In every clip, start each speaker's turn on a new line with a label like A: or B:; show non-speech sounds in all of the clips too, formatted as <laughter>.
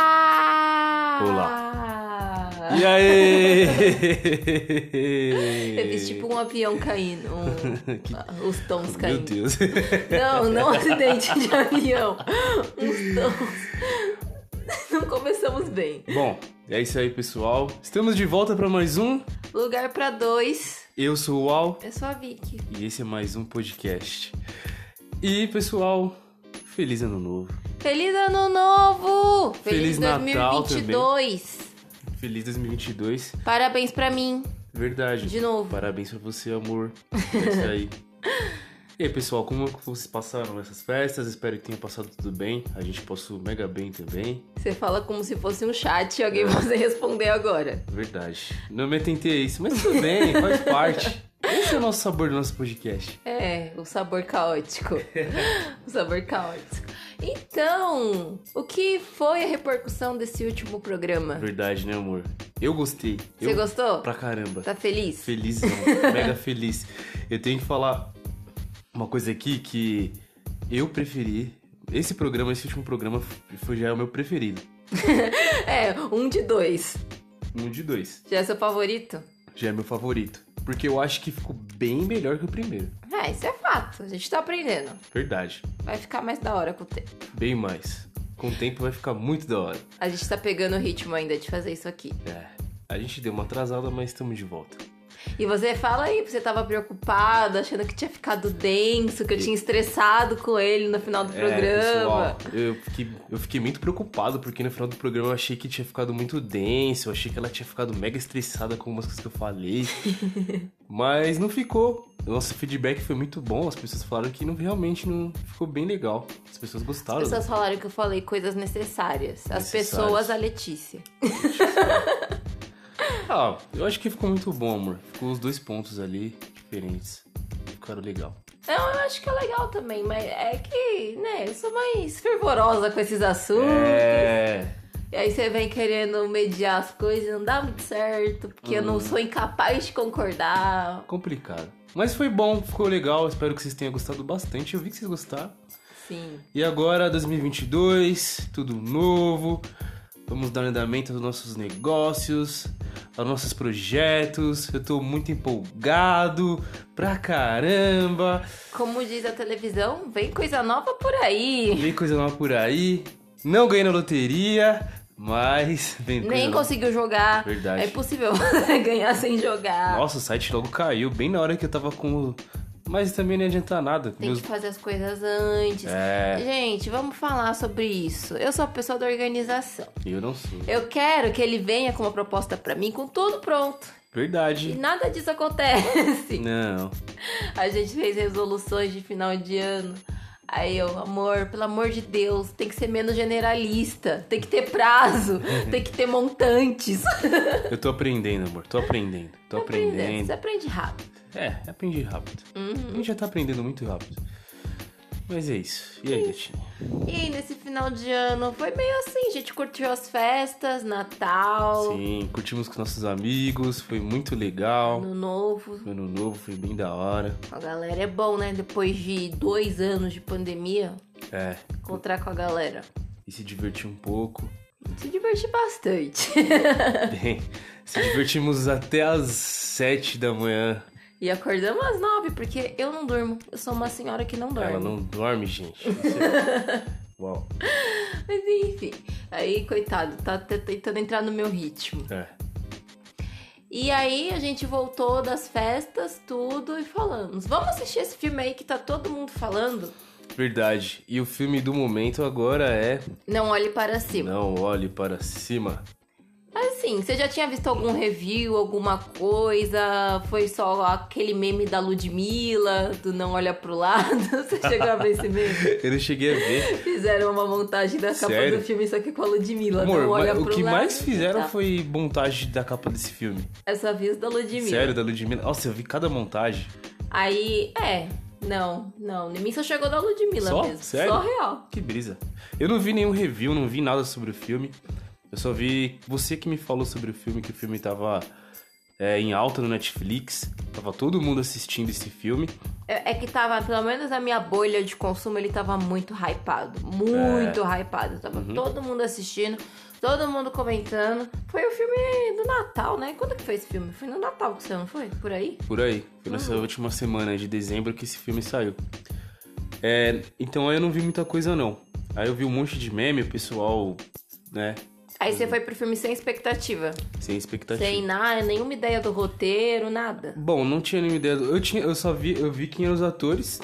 A: Olá!
B: Olá.
A: E aí?
B: <laughs> Eu fiz tipo um avião caindo,
A: <laughs>
B: um- os tons
A: Meu
B: caindo.
A: Deus. <laughs>
B: Não, não um acidente de avião, os tons. Não começamos bem.
A: Bom, é isso aí, pessoal. Estamos de volta para mais um.
B: Lugar pra dois.
A: Eu sou o Al
B: Eu sou a Vicky.
A: e esse é mais um podcast. E, pessoal, feliz ano novo.
B: Feliz ano novo!
A: Feliz Natal
B: 2022.
A: Feliz 2022.
B: Parabéns pra mim,
A: Verdade.
B: de novo.
A: Parabéns pra você, amor. É isso aí.
B: <laughs>
A: E aí, pessoal, como vocês passaram essas festas? Espero que tenha passado tudo bem. A gente passou mega bem também.
B: Você fala como se fosse um chat e
A: É.
B: alguém você responder agora.
A: Verdade. Não me atentei a isso, mas tudo bem, faz parte. Esse é o nosso sabor do nosso podcast.
B: É, o sabor
A: <laughs>
B: caótico. o sabor caótico. Então, o que foi a repercussão desse último programa?
A: Verdade, né, amor? Eu gostei.
B: Você
A: eu
B: gostou?
A: pra caramba.
B: Tá feliz? <laughs>
A: Felizão, mega feliz. Eu tenho que falar uma coisa aqui que eu preferi. Esse programa, esse último programa, foi já é o meu preferido.
B: É, um de dois.
A: Um de dois.
B: Já é seu favorito?
A: Já é meu favorito. Porque eu acho que ficou bem melhor que o primeiro.
B: É, isso é fato. A gente tá aprendendo.
A: Verdade.
B: Vai ficar mais da hora com o tempo.
A: Bem mais. Com o tempo vai ficar muito da hora.
B: A gente tá pegando o ritmo ainda de fazer isso aqui.
A: É. A gente deu uma atrasada, mas estamos de volta.
B: E você fala aí, você tava preocupado, achando que tinha ficado denso, que eu tinha estressado com ele no final do É, programa.
A: É, pessoal, eu, fiquei, eu fiquei muito preocupado, porque no final do programa eu achei que tinha ficado muito denso, eu achei que ela tinha ficado mega estressada com algumas coisas que eu
B: <laughs>
A: falei. Mas não ficou. O nosso feedback foi muito bom, as pessoas falaram que não, realmente não ficou bem legal. As pessoas gostaram.
B: As pessoas falaram que eu falei coisas necessárias. As
A: Necessárias.
B: pessoas, a Letícia.
A: Ah, eu acho que ficou muito bom, amor. Ficou os dois pontos ali diferentes. Ficaram legal.
B: Não, eu acho que é legal também, mas é que, né, eu sou mais fervorosa com esses assuntos.
A: É.
B: E aí você vem querendo mediar as coisas e não dá muito certo, porque eu não
A: Uhum.
B: sou incapaz de concordar.
A: Complicado. Mas foi bom, ficou legal. Espero que vocês tenham gostado bastante. Eu vi que vocês gostaram.
B: Sim.
A: E agora, 2022, tudo novo. Vamos dar andamento aos nossos negócios, aos nossos projetos. Eu tô muito empolgado pra caramba.
B: Como diz a televisão, vem coisa nova por aí.
A: Vem coisa nova por aí. Não ganhei na loteria, mas vem coisa
B: Nem
A: nova.
B: conseguiu jogar.
A: Verdade.
B: É impossível você <laughs> ganhar sem jogar.
A: Nossa, o site logo caiu, bem na hora que eu tava com. o- Mas também não ia adiantar nada.
B: Tem
A: Meus-
B: que fazer as coisas antes.
A: É,
B: Gente, vamos falar sobre isso. Eu sou a pessoa da organização.
A: eu não sou.
B: Eu quero que ele venha com uma proposta pra mim com tudo pronto. E
A: Verdade.
B: nada disso
A: <laughs>
B: acontece.
A: Não.
B: A gente fez resoluções de final de ano. Aí eu, amor, pelo amor de Deus, tem que ser menos generalista, tem que ter prazo,
A: Uhum.
B: tem que ter montantes.
A: Eu tô aprendendo, amor. Tô aprendendo. Tô
B: <laughs>
A: aprendendo.
B: Você aprende rápido.
A: É, aprendi rápido.
B: Uhum.
A: A gente já tá aprendendo muito rápido. Mas é isso. E aí, gatinho?
B: E aí, nesse final de ano, foi meio assim, a gente curtiu as festas, Natal,
A: Sim, curtimos com nossos amigos, foi muito legal.
B: Ano Novo.
A: Ano novo foi bem da hora.
B: A galera é bom, né? Depois de dois anos de pandemia,
A: É,
B: encontrar com a galera.
A: e se divertir um pouco.
B: Se divertir bastante.
A: Bem, se divertimos até às sete da manhã.
B: e acordamos às nove, porque eu não durmo. Eu sou uma senhora que não dorme.
A: Ela não dorme, gente. é Uau.
B: Mas enfim. Aí, coitado, tá t- tentando entrar no meu ritmo.
A: É.
B: E aí, a gente voltou das festas, tudo, e falamos. Vamos assistir esse filme aí que tá todo mundo falando?
A: Verdade. E o filme do momento agora é
B: Não olhe para cima.
A: Não Olhe Para Cima.
B: Assim, você já tinha visto algum review, alguma coisa? Foi só aquele meme da Ludmilla, do não olha pro lado? <laughs> Você chegou a ver esse
A: <laughs>
B: meme?
A: Eu não cheguei a ver.
B: Fizeram uma montagem da capa
A: Sério?
B: do filme, só que com a Ludmilla.
A: Amor,
B: não olha
A: mas o
B: pro
A: que
B: lado.
A: mais fizeram
B: tá?
A: foi montagem da capa desse filme.
B: Essa vez da Ludmilla.
A: Sério, da Ludmilla. Nossa, eu vi cada montagem.
B: Aí, é. Não, não. Em mim só chegou da Ludmilla
A: Só?
B: mesmo.
A: Sério?
B: Só real.
A: Que brisa. Eu não vi nenhum review, não vi nada sobre o filme. Eu só vi você que me falou sobre o filme, que o filme tava é, em alta no Netflix. Tava todo mundo assistindo esse filme.
B: É, é que tava, pelo menos na minha bolha de consumo, ele tava muito hypado. Muito
A: É.
B: hypado. Tava
A: Uhum.
B: todo mundo assistindo, todo mundo comentando. Foi o filme do Natal, né? Quando que foi esse filme? Foi no Natal que você não foi? Por aí?
A: Por aí. Foi nessa
B: Uhum.
A: última semana de dezembro que esse filme saiu. É, então aí eu não vi muita coisa, não. Aí eu vi um monte de meme, o pessoal, né,
B: Aí você foi pro filme sem expectativa.
A: sem expectativa.
B: Sem nada, nenhuma ideia do roteiro, nada.
A: Bom, não tinha nenhuma ideia. do- Eu, tinha, eu só vi, eu vi quem eram os atores.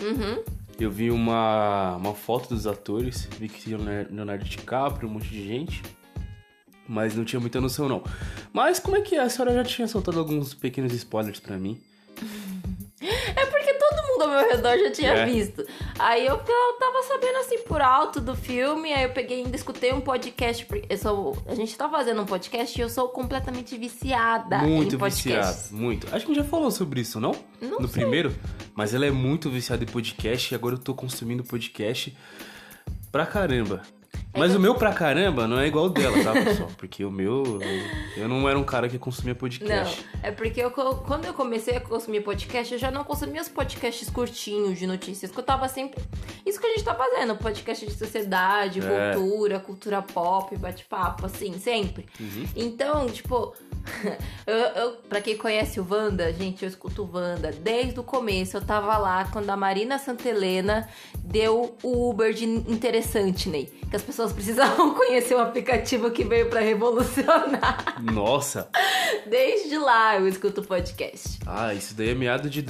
B: Uhum.
A: Eu vi uma, uma foto dos atores, vi que tinha o Leonardo Leonardo DiCaprio, um monte de gente. Mas não tinha muita noção, não. Mas como é que é? A senhora já tinha soltado alguns pequenos spoilers pra mim.
B: É porque todo mundo ao meu redor já tinha
A: É.
B: visto. Aí eu, eu tava sabendo assim por alto do filme, aí eu peguei e ainda escutei um podcast. porque Eu sou, a gente tá fazendo um podcast e eu sou completamente viciada
A: muito
B: em podcasts.
A: viciado, muito. Acho que a gente já falou sobre isso, não?
B: Não
A: no
B: sei.
A: primeiro. Mas ela é muito viciada em podcast e agora eu tô consumindo podcast pra caramba.
B: É
A: Mas o meu pra caramba não é igual o dela, tá, pessoal? Porque o meu. Eu não era um cara que consumia
B: Não,
A: podcast.
B: é porque eu co- quando eu comecei a consumir podcast, eu já não consumia os podcasts curtinhos de notícias, que eu tava sempre. Isso que a gente tá fazendo, podcast de sociedade,
A: É.
B: cultura, cultura pop, bate-papo, assim, sempre.
A: Uhum.
B: Então, tipo, <laughs> eu, eu, pra quem conhece o Wanda, gente, eu escuto o Wanda desde o começo. Eu tava lá quando a Marina Santelena deu o Uber de interessante, Ney. Que as pessoas <laughs> precisavam conhecer o aplicativo que veio pra revolucionar. <laughs>
A: Uhum. Nossa!
B: Desde lá eu escuto podcast.
A: Ah, isso daí é meado de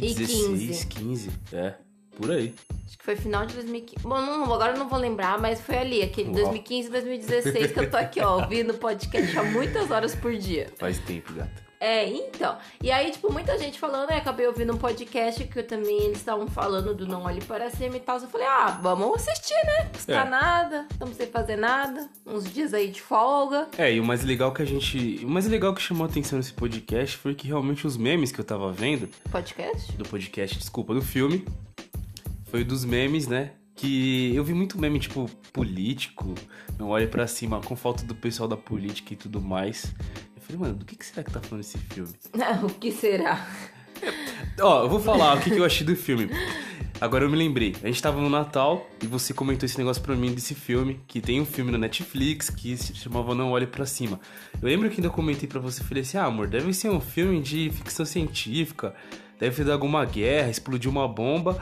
A: 2016, 15. É, por aí.
B: Acho que foi final de 2015. Bom, não, agora eu não vou lembrar, mas foi ali, aquele
A: Uau.
B: 2015, 2016 que eu tô aqui, ó, ouvindo podcast há muitas horas por dia.
A: Faz tempo, gata.
B: É, então. E aí, tipo, muita gente falando, aí acabei ouvindo um podcast que eu também eles estavam falando do Não Olhe Para Cima e tal. Eu falei, ah, vamos assistir, né? Custa
A: É.
B: nada, estamos sem fazer nada, uns dias aí de folga.
A: É, e o mais legal que a gente. O mais legal que chamou a atenção nesse podcast foi que realmente os memes que eu tava vendo
B: Podcast?
A: do podcast, desculpa, do filme. Foi dos memes, né? Que eu vi muito meme, tipo, político, não olha pra cima, com falta do pessoal da política e tudo mais. Eu falei, mano, do que, que será que tá falando esse filme?
B: <laughs> o que será?
A: Ó, eu vou falar o que, que eu achei do filme. Agora eu me lembrei. A gente tava no Natal e você comentou esse negócio pra mim desse filme, que tem um filme na Netflix que se chamava Não Olhe Pra Cima. Eu lembro que ainda comentei pra você, falei assim, ah, amor, deve ser um filme de ficção científica, deve ter alguma guerra, explodiu uma bomba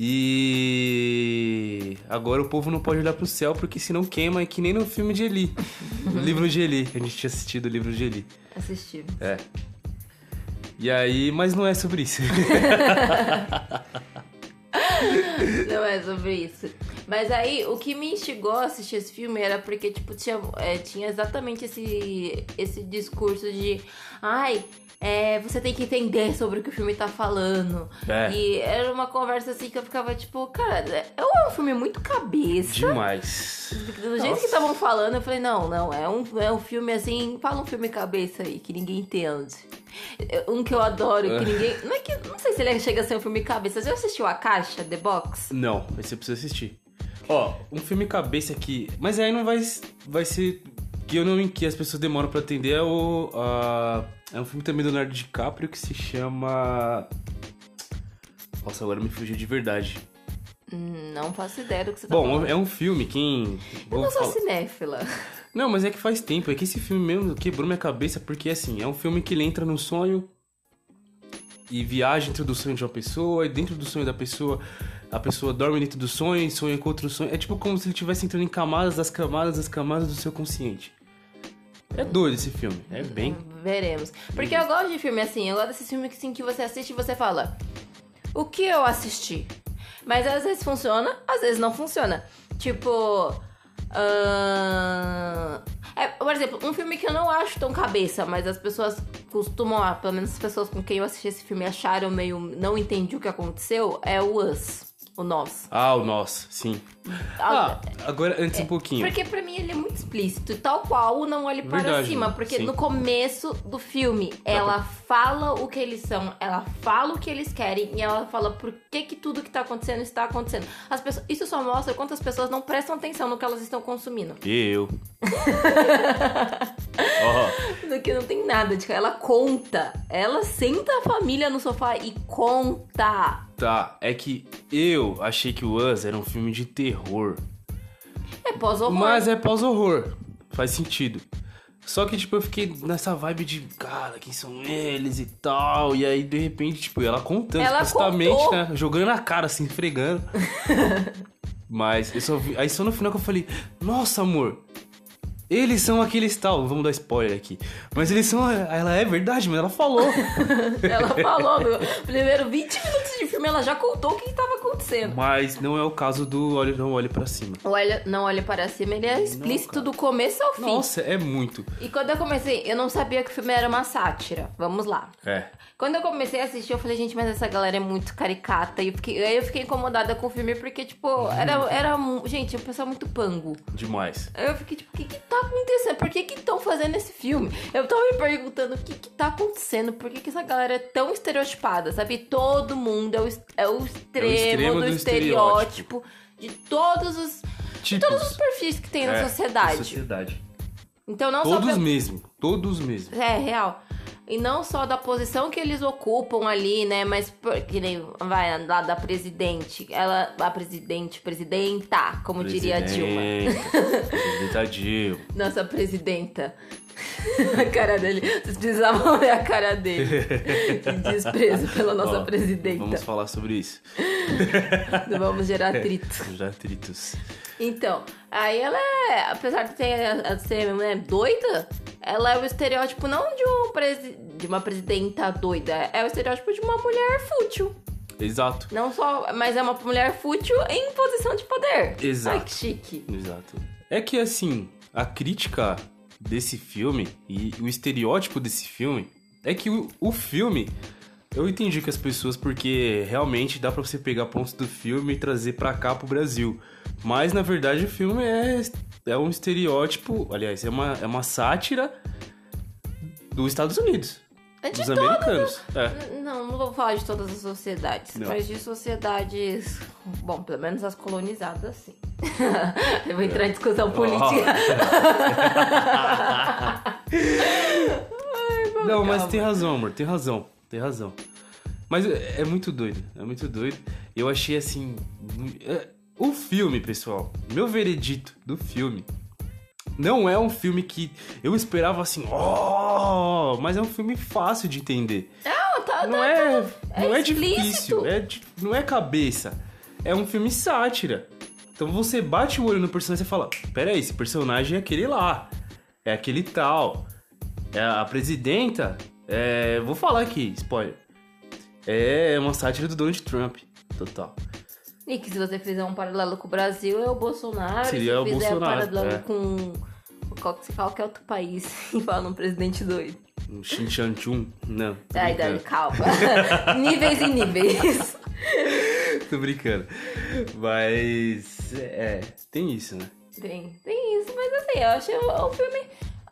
A: e agora o povo não pode olhar pro céu porque senão queima, é que nem no filme de Eli. O livro de Eli, a gente tinha assistido o livro de Eli.
B: Assistir.
A: É. E aí, mas não é sobre isso.
B: Não é sobre isso. Mas aí, o que me instigou a assistir esse filme era porque, tipo, tinha, é, tinha exatamente esse, esse discurso de. Ai, é, você tem que entender sobre o que o filme tá falando.
A: É.
B: E era uma conversa assim que eu ficava, tipo, cara, é é um filme muito cabeça.
A: Demais.
B: Do jeito que tá estavam falando, eu falei, não, não, é um, é um filme assim, fala um filme cabeça aí, que ninguém entende. É, Um que eu adoro, que ninguém. Não é que. Não sei se ele chega a ser um filme cabeça. Você já assistiu a caixa, The Box?
A: Não, mas você precisa assistir. Ó, um filme cabeça que. Mas aí não vai, vai ser. Que eu não que as pessoas demoram pra atender é o. a- é um filme também do Leonardo DiCaprio que se chama. Nossa, agora me fugiu de verdade.
B: Hum, Não faço ideia do que você tá
A: Bom,
B: falando.
A: é um filme, quem.
B: Eu
A: vou
B: não sou
A: falar-
B: cinéfila.
A: Não, mas é que faz tempo. É que esse filme mesmo quebrou minha cabeça, porque assim, é um filme que ele entra no sonho e viaja dentro do sonho de uma pessoa, e dentro do sonho da pessoa, a pessoa dorme dentro do sonho, e sonha com outro sonho. É tipo como se ele estivesse entrando em camadas das camadas das camadas do seu consciente. É doido esse filme. É bem.
B: Veremos. Porque eu gosto de filme assim, eu gosto desse filme que, assim, que você assiste e você fala: O que eu assisti? Mas às vezes funciona, às vezes não funciona. Tipo. ahn, é, por exemplo, um filme que eu não acho tão cabeça, mas as pessoas costumam, ah, pelo menos as pessoas com quem eu assisti esse filme acharam meio. não entendi o que aconteceu, é o Us. O nós.
A: Ah, o nosso, sim. Ah, agora antes um pouquinho.
B: Porque pra mim ele é muito explícito, tal qual o Não Olhe Para
A: Verdade,
B: Cima. Porque
A: sim.
B: no começo do filme, ela fala o que eles são, ela fala o que eles querem e ela fala por que, que tudo que tá acontecendo está acontecendo. As pessoas, isso só mostra quantas pessoas não prestam atenção no que elas estão <laughs> consumindo.
A: E eu. Ó,
B: No que não tem nada de. Ela conta. Ela senta a família no sofá e conta.
A: tá. É que eu achei que o Us era um filme de terror.
B: É pós-horror.
A: Mas é pós-horror. Faz sentido. Só que, tipo, eu fiquei nessa vibe de, cara, quem são eles e tal. E aí, de repente, tipo, ela contando
B: Ela
A: supostamente,
B: contou.
A: né? Jogando a cara, assim,
B: <laughs>
A: fregando. Mas eu só vi. Aí só no final que eu falei, nossa, amor. Eles são aqueles tal, vamos dar spoiler aqui. Mas eles são. Ela é verdade, mas
B: <laughs>
A: ela falou. <laughs>
B: Ela falou, meu. Primeiro 20 minutos de filme, ela já contou o que que tava acontecendo.
A: mas não é o caso do olho não olhe pra cima.
B: Olha, não olha para cima, ele é explícito
A: cara.
B: do começo ao fim.
A: Nossa, é muito.
B: E quando eu comecei, eu não sabia que o filme era uma sátira. Vamos lá.
A: É.
B: Quando eu comecei a assistir, eu falei, gente, mas essa galera é muito caricata. E eu fiquei- aí eu fiquei incomodada com o filme, porque, tipo, era, era mu- gente, o pessoal é muito pango.
A: Demais.
B: Aí eu fiquei tipo, o que que tá acontecendo? Por que que estão fazendo esse filme? Eu tava me perguntando o que que tá acontecendo? Por que que essa galera é tão estereotipada, sabe? Todo mundo é o, es- é o extremo, do,
A: extremo do
B: estereótipo. De todos os, todos os
A: Tipos.
B: perfis que É tem
A: É,
B: na
A: da
B: sociedade.
A: sociedade.
B: Então não só...
A: Todos
B: pelo-
A: mesmo. Todos mesmo.
B: É, real. E não só da posição que eles ocupam ali, né? Mas por- que nem vai lá da presidente. Ela, a presidente, presidenta, como diria a Dilma.
A: Presidenta Dilma.
B: <laughs> Nossa presidenta. <laughs> A cara dele. Vocês precisavam ver a cara
A: <laughs>
B: dele. De desprezo pela nossa
A: Ó,
B: presidenta.
A: Vamos falar sobre isso.
B: Não vamos gerar atrito.
A: Os atritos.
B: Então, aí ela é, apesar de ter, de ser né, doida, ela é o estereótipo não de, um presi- de uma presidenta doida, é o estereótipo de uma mulher fútil.
A: Exato.
B: Não só, mas é uma mulher fútil em posição de poder. Ai, que
A: Exato.
B: chique.
A: Exato. É que assim, a crítica desse filme e o estereótipo desse filme é que o, o filme. Eu entendi que as pessoas, porque realmente dá pra você pegar pontos do filme e trazer pra cá pro Brasil. Mas na verdade o filme é, é um estereótipo, aliás, é uma, é uma sátira dos Estados Unidos.
B: É de
A: dos americanos. É.
B: N- Não, não vou falar de todas as sociedades,
A: Não.
B: mas de sociedades. Bom, pelo menos as colonizadas, sim. <laughs> Eu vou entrar em discussão política. <laughs>
A: Não, mas
B: calma.
A: tem razão, amor, tem razão, tem razão. Mas é é muito doido, é muito doido. Eu achei assim. mu- é- O filme, pessoal, meu veredito do filme. Não é um filme que eu esperava assim, oh, mas é um filme fácil de entender.
B: Não, tá,
A: Não
B: tá-
A: é,
B: é
A: não é
B: explícito.
A: difícil, é, di- não é cabeça. É um filme sátira. Então você bate o olho no personagem e fala: peraí, esse personagem é aquele lá, é aquele tal, é a presidenta. é, vou falar aqui, spoiler. É uma sátira do Donald Trump, total.
B: E que se você fizer um paralelo com o Brasil, é o Bolsonaro.
A: Seria
B: se
A: o
B: fizer um
A: Bolsonaro,
B: paralelo
A: é.
B: com qual- qualquer outro país <laughs> e fala um presidente doido.
A: Um Shin Chan Chun, não. Tô
B: Ai, Dani,
A: Tá brincando,
B: calma. <laughs> níveis e níveis.
A: tô brincando. Mas. É, tem isso, né?
B: Tem, tem isso, mas assim, eu achei um um filme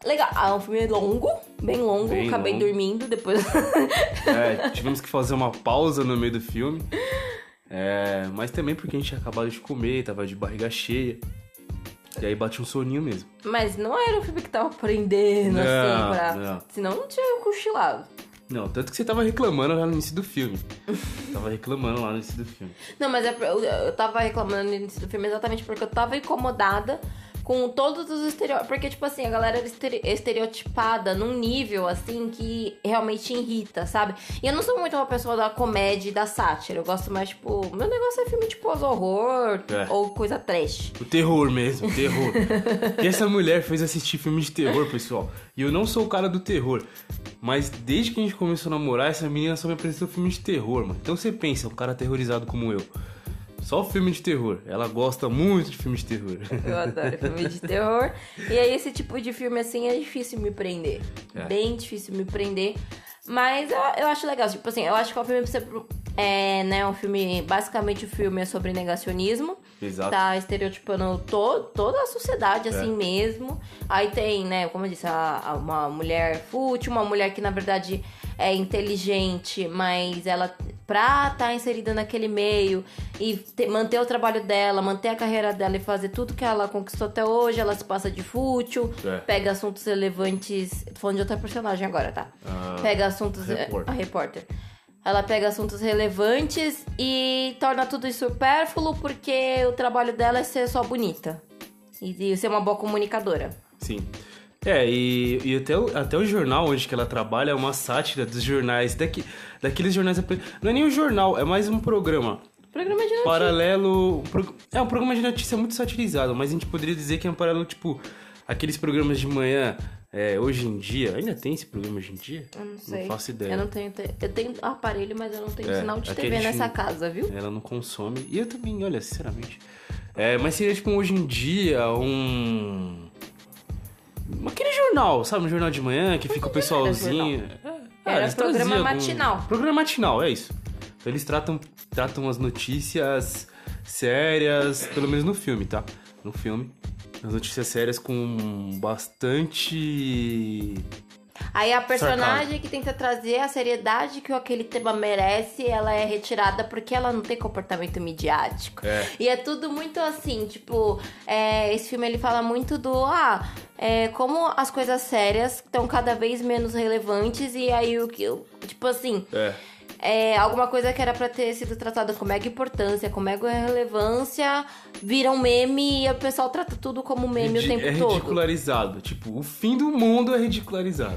B: legal. Ah, é um filme longo, bem longo,
A: Bem
B: acabei
A: longo.
B: dormindo depois. <laughs>
A: É, tivemos que fazer uma pausa no meio do filme. É, mas também porque a gente tinha acabado de comer, tava de barriga cheia. E aí bate um soninho mesmo.
B: mas não era um filme que tava prendendo,
A: Não,
B: assim, pra.
A: não.
B: Senão não tinha cochilado.
A: Não, tanto que você tava reclamando lá no início do filme. tava reclamando lá no início do filme.
B: Não, mas é pra- eu, eu tava reclamando no início do filme exatamente porque eu tava incomodada com todos os estereótipos. Porque, tipo assim, a galera era estere- estereotipada num nível, assim, que realmente irrita, sabe? E eu não sou muito uma pessoa da comédia e da sátira. Eu gosto mais, tipo, meu negócio é filme de pós-horror
A: É.
B: ou coisa trash.
A: O terror mesmo, o terror. e essa mulher fez assistir filme de terror, pessoal. E eu não sou o cara do terror. Mas desde que a gente começou a namorar, essa menina só me apresentou filme de terror, mano. Então você pensa, um cara aterrorizado como eu. Só filme de terror. Ela gosta muito de filme de terror.
B: <laughs> Eu adoro filme de terror. E aí, esse tipo de filme, assim, é difícil me prender.
A: É.
B: Bem difícil me prender. Mas eu, eu acho legal. Tipo assim, eu acho que é um filme pra você É, né, um filme. Basicamente o filme é sobre negacionismo.
A: Exato.
B: Tá estereotipando to- toda a sociedade,
A: É.
B: assim mesmo. Aí tem, né, como eu disse, a- a- uma mulher fútil, uma mulher que, na verdade, é inteligente, mas ela, pra estar inserida naquele meio e te- manter o trabalho dela, manter a carreira dela e fazer tudo que ela conquistou até hoje, ela se passa de fútil,
A: É.
B: pega assuntos relevantes. Tô falando de outra personagem agora, tá?
A: Ah,
B: pega assuntos.
A: a repórter.
B: A repórter. Ela pega assuntos relevantes e torna tudo isso supérfluo porque o trabalho dela é ser só bonita. E e ser uma boa comunicadora.
A: Sim. É, e, e até, o, até o jornal onde que ela trabalha é uma sátira dos jornais, daqui, daqueles jornais... apre- Não é nem um jornal, é mais um programa.
B: Programa de notícia.
A: Paralelo... um pro- É um programa de notícia muito satirizado, mas a gente poderia dizer que é um paralelo, tipo, aqueles programas de manhã, é, hoje em dia... Ainda tem esse programa hoje em dia?
B: Eu não sei.
A: faço ideia.
B: Eu não tenho. te- Eu tenho aparelho, mas eu não tenho
A: É,
B: sinal de
A: aquele
B: TV nessa
A: chin-
B: casa, viu?
A: Ela não consome. E eu também, olha, sinceramente. É, mas seria tipo um hoje em dia um. Aquele jornal, sabe? Um jornal de manhã que fica o pessoalzinho. É,
B: Era
A: eles
B: programa
A: traziam
B: matinal.
A: Programa matinal, é isso. Então eles tratam, tratam as notícias sérias, pelo menos no filme, tá? No filme. As notícias sérias com bastante.
B: Aí a personagem
A: Sarcasmo.
B: que tenta trazer a seriedade que aquele tema merece, ela é retirada porque ela não tem comportamento midiático.
A: É.
B: E é tudo muito assim, tipo, é, esse filme ele fala muito do ah, é, como as coisas sérias estão cada vez menos relevantes e aí o que, o- tipo assim,
A: É.
B: é, alguma coisa que era pra ter sido tratada com mega importância, com mega relevância, vira um meme e o pessoal trata tudo como meme
A: Ridi-
B: o tempo
A: é
B: todo.
A: ridicularizado. Tipo, o fim do mundo é ridicularizado.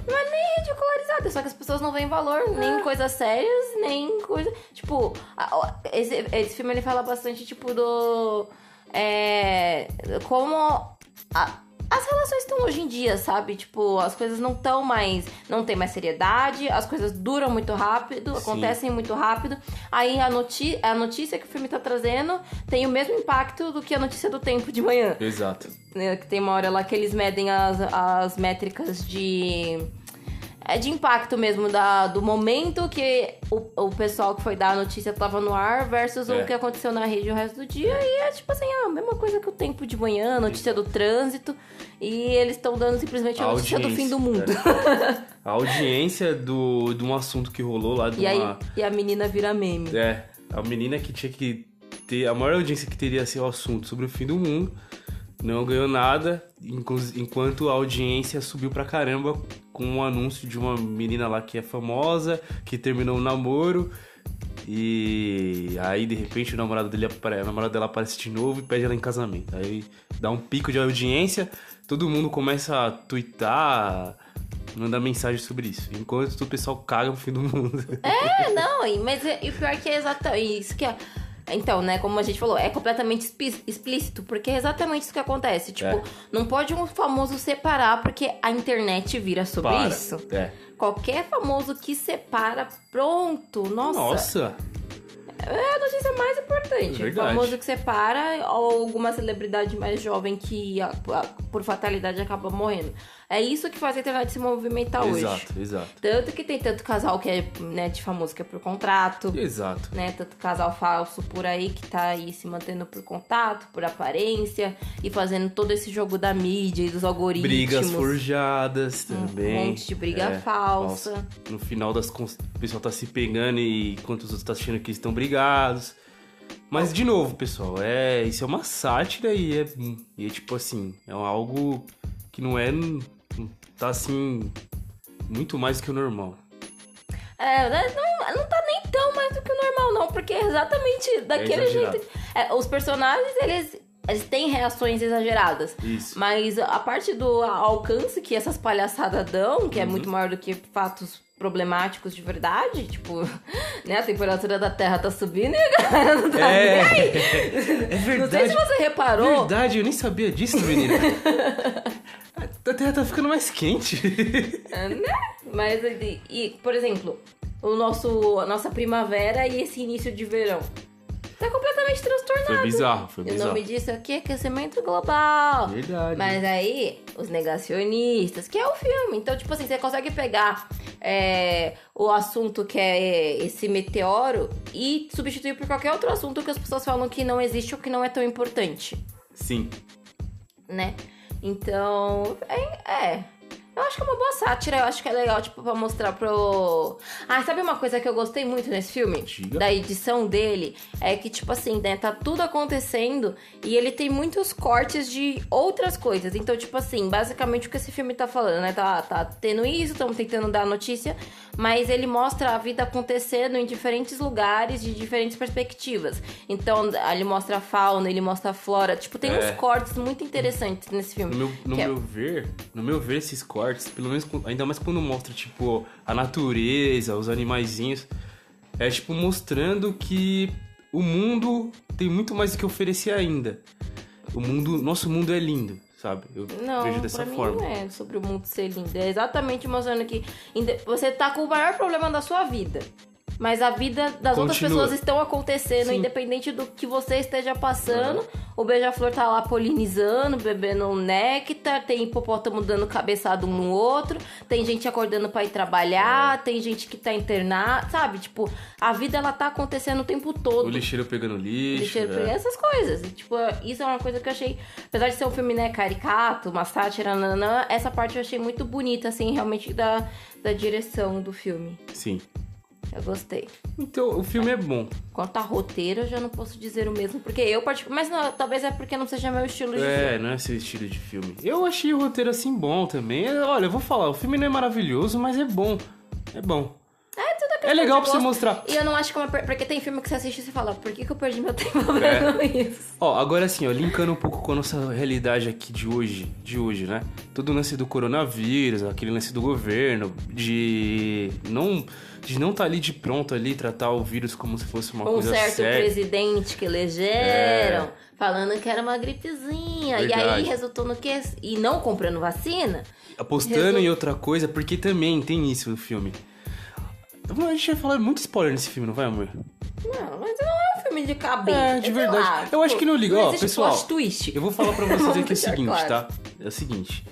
B: ridicularizada, só que as pessoas não veem valor nem em coisas sérias, nem em coisa. Tipo, a- ó, esse, esse filme ele fala bastante, tipo, do. É. Como. a- as relações estão hoje em dia, sabe? Tipo, as coisas não estão mais. Não tem mais seriedade, as coisas duram muito rápido,
A: Sim.
B: acontecem muito rápido. Aí a, noti a notícia que o filme tá trazendo tem o mesmo impacto do que a notícia do tempo de manhã
A: Exato.
B: né, que tem uma hora lá que eles medem as, as métricas de é de impacto mesmo da, do momento que o, o pessoal que foi dar a notícia tava no ar versus
A: É.
B: o que aconteceu na rede o resto do dia e é tipo assim, ah, a mesma coisa que o tempo de manhã, a notícia do trânsito e eles estão dando simplesmente é a,
A: A
B: notícia do
A: audiência,
B: fim
A: né?
B: do mundo.
A: A audiência do, de um assunto que rolou lá de
B: E aí
A: uma.
B: e a menina vira meme.
A: É, a menina que tinha que ter. A maior audiência que teria ser o assunto sobre o fim do mundo. Não ganhou nada, inclus- enquanto a audiência subiu pra caramba com um anúncio de uma menina lá que é famosa, que terminou um namoro. E aí, de repente, o namorado dele apare... a namorada dela aparece de novo e pede ela em casamento. Aí dá um pico de audiência, todo mundo começa a twittar, mandar mensagem sobre isso. Enquanto o pessoal caga pro fim do mundo.
B: É, não, e- mas é- e o pior que é exatamente isso que é. Então, né, como a gente falou, é completamente expi- explícito, porque é exatamente isso que acontece. Tipo,
A: É.
B: não pode um famoso separar, porque a internet vira sobre
A: <laughs> Para.
B: isso.
A: É.
B: Qualquer famoso que separa, pronto, nossa.
A: Nossa.
B: É a notícia mais importante. O
A: Verdade.
B: famoso que separa, ou alguma celebridade mais jovem que, a- a- por fatalidade, acaba morrendo. É isso que faz a internet se movimentar tá hoje.
A: Exato, exato.
B: Tanto que tem tanto casal que é, né, de famoso que é por contrato
A: Exato.
B: né? Tanto casal falso por aí que tá aí se mantendo por contato, por aparência e fazendo todo esse jogo da mídia e dos algoritmos.
A: Brigas forjadas
B: Um
A: também.
B: monte de briga
A: É,
B: falsa.
A: No final das cons- o pessoal tá se pegando e enquanto os outros tá achando que estão brigados. Mas de novo, pessoal, é isso é uma sátira e é, e é tipo assim, é algo que não é não tá assim muito mais que o normal.
B: É, né, não, não tá nem tão mais do que o normal, não, porque é exatamente daquele
A: exagerado.
B: jeito. É, os personagens, eles, eles têm reações exageradas.
A: Isso.
B: Mas a parte do alcance que essas palhaçadas dão, que é
A: Uhum.
B: muito maior do que fatos problemáticos de verdade, tipo, <laughs> né, a temperatura da Terra tá subindo e a galera não tá <laughs>
A: É,
B: nem aí.
A: <laughs> é
B: Não sei
A: verdade.
B: se você reparou,
A: Verdade, eu nem sabia disso, menina. <laughs> A terra tá ficando mais quente.
B: mas e, e, por exemplo, o nosso a nossa primavera e esse início de verão. Tá completamente transtornado.
A: Foi bizarro, foi
B: E o
A: bizarro.
B: nome disso aqui é aquecimento global.
A: Verdade.
B: Mas aí, os negacionistas, que é o filme. Então, tipo assim, você consegue pegar é, o assunto que é esse meteoro e substituir por qualquer outro assunto que as pessoas falam que não existe ou que não é tão importante,
A: Sim.
B: né? Então, é. é. Eu acho que é uma boa sátira, eu acho que é legal, tipo, pra mostrar pro. Ah, sabe uma coisa que eu gostei muito nesse filme?
A: Diga.
B: da edição dele é que, tipo assim, né, tá tudo acontecendo e ele tem muitos cortes de outras coisas. Então, tipo assim, basicamente o que esse filme tá falando, né? Tá, tá tendo isso, estamos tentando dar a notícia, mas ele mostra a vida acontecendo em diferentes lugares, de diferentes perspectivas. Então, ele mostra a fauna, ele mostra a flora. Tipo, tem
A: É.
B: uns cortes muito interessantes nesse
A: No
B: filme.
A: meu, no
B: Que é-
A: meu ver, no meu ver esses cortes, pelo menos com- ainda mais quando mostra tipo a natureza, os animaizinhos, é tipo mostrando que o mundo tem muito mais o que oferecer ainda. O mundo, nosso mundo é lindo, sabe? Eu
B: Não,
A: vejo dessa
B: pra mim
A: forma.
B: não é sobre o mundo ser lindo. É exatamente mostrando que inde- você tá com o maior problema da sua vida. Mas a vida das outras
A: Continua.
B: pessoas estão acontecendo,
A: Sim.
B: independente do que você esteja passando. O beija-flor tá lá polinizando, bebendo um néctar, tem hipopótamo dando cabeçada um no outro, tem gente acordando pra ir trabalhar,
A: É.
B: tem gente que tá internada, sabe? Tipo, a vida ela tá acontecendo o tempo todo.
A: O lixeiro pegando lixo.
B: Lixeiro,
A: é.
B: essas coisas. E, tipo, isso é uma coisa que eu achei. Apesar de ser um filme, né, caricato, uma sátira, nananã, essa parte eu achei muito bonita, assim, realmente da, da direção do filme.
A: Sim.
B: Eu gostei.
A: Então, o filme é bom.
B: Quanto a roteiro, eu já não posso dizer o mesmo, porque eu particular. Mas não, talvez é porque não seja meu estilo de filme.
A: É, não é esse estilo de filme. Eu achei o roteiro assim bom também. É, Olha, eu vou falar, o filme não é maravilhoso, mas é bom. É bom.
B: É tudo
A: É
B: aquela
A: legal pra
B: coisa
A: você
B: de gosto.
A: mostrar.
B: E eu não acho que é uma. per- Porque tem filme que você assiste e você fala, por que, que eu perdi meu <laughs> tempo
A: É.
B: vendo isso?
A: Ó, agora assim, ó, linkando um pouco com a nossa realidade aqui de hoje, de hoje, né? Todo o lance do coronavírus, aquele lance do governo, de não de não tá ali de pronto ali, tratar o vírus como se fosse uma
B: Um
A: coisa
B: certo
A: séria. É.
B: presidente que elegeram, falando que era uma gripezinha. E aí
A: Verdade.
B: resultou no quê? E não comprando vacina?
A: apostando
B: Resol-
A: em outra coisa, porque também tem isso no filme. Então, A gente vai falar muito spoiler nesse filme, não vai, amor?
B: Não, mas não é um filme de cabelo.
A: É, de verdade. Eu acho que não liga.
B: tipo, Não
A: Ó,
B: existe
A: pessoal,
B: plot twist.
A: Eu vou falar pra vocês
B: Vamos <laughs>
A: aqui o
B: deixar
A: seguinte,
B: claro.
A: tá? É o seguinte.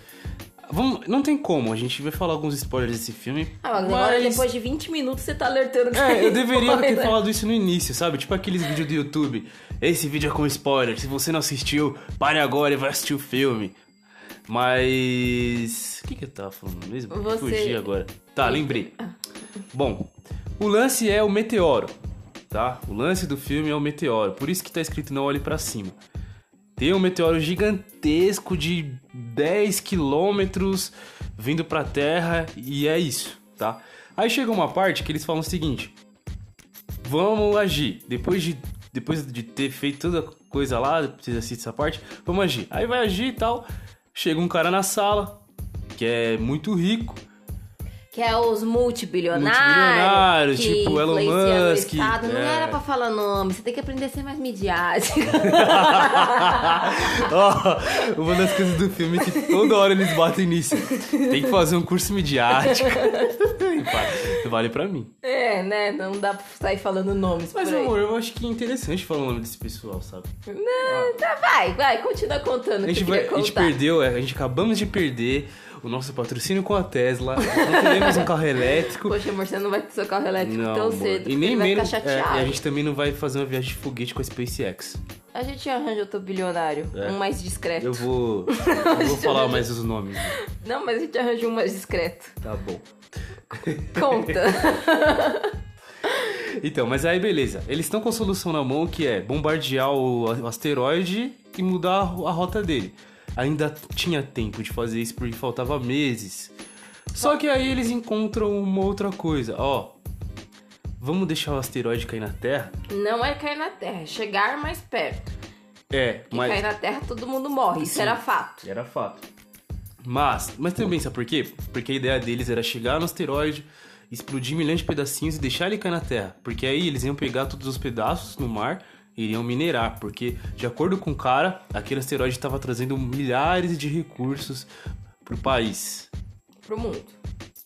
A: Vamos, não tem como, a gente vai falar alguns spoilers desse filme.
B: Ah, mas agora
A: mas-
B: depois de 20 minutos você tá alertando que
A: É,
B: tem
A: eu deveria ter
B: <laughs> spoiler.
A: falado isso no início, sabe? Tipo aqueles vídeos do YouTube. Esse vídeo é com spoiler. Se você não assistiu, pare agora e vai assistir o filme. Mas. O que, que eu tava falando mesmo?
B: Você-
A: Fugi agora. Tá, lembrei. Bom, o lance é o meteoro, tá? O lance do filme é o meteoro. Por isso que tá escrito não olhe pra cima. Tem um meteoro gigantesco de 10 quilômetros vindo pra Terra e é isso, tá? Aí chega uma parte que eles falam o seguinte: vamos agir. Depois de, depois de ter feito toda a coisa lá, vocês assistem essa parte, vamos agir. Aí vai agir e tal. Chega um cara na sala, que é muito rico, <laughs>
B: Que é os multibilionários.
A: Multibilionários,
B: que
A: tipo Elon
B: influenciam o
A: Musk,
B: Estado. Não
A: é.
B: era pra falar nome, você tem que aprender a ser mais
A: <laughs>
B: midiático.
A: Ó, uma das coisas do filme é que toda hora eles batem nisso. Tem que fazer um curso midiático. <laughs> Vale- vale pra mim.
B: é, né? Não dá pra sair falando nomes.
A: Mas,
B: por aí.
A: amor, eu acho que é interessante falar o nome desse pessoal, sabe?
B: Não, tá, vai, vai, continua contando.
A: A
B: o que
A: gente,
B: eu
A: vai-
B: queria
A: a gente
B: contar.
A: perdeu, é, a gente acabamos de perder o nosso patrocínio com a Tesla. Não teremos um carro elétrico.
B: Poxa, amor, você não vai ter seu carro elétrico
A: Não,
B: É, tipo, tão
A: amor.
B: cedo.
A: E
B: porque
A: nem
B: ele
A: menos.
B: vai ficar
A: é,
B: chateado.
A: e a gente também não vai fazer uma viagem de foguete com a SpaceX.
B: A gente arranja outro bilionário,
A: É.
B: um mais discreto. <laughs>
A: Eu vou. Eu vou falar mais os nomes.
B: Não, mas a gente arranjou um mais discreto.
A: Tá bom.
B: Conta.
A: Então, mas aí beleza. Eles estão com a solução na mão que é bombardear o a- o asteroide e mudar a ro- a rota dele. Ainda tinha tempo de fazer isso porque faltava meses. Só que aí eles encontram uma outra coisa. Ó, vamos deixar o asteroide cair na Terra?
B: <laughs> Não é cair na terra, é chegar mais perto.
A: É,
B: Porque
A: mas
B: cair na terra todo mundo morre, isso
A: Sim.
B: era fato.
A: Era fato. Mas, mas também, sabe por quê? Porque a ideia deles era chegar no asteroide, explodir milhões de pedacinhos e deixar ele cair na Terra. Porque aí eles iam pegar todos os pedaços no mar e iriam minerar. Porque, de acordo com o cara, aquele asteroide estava trazendo milhares de recursos pro país.
B: Pro mundo.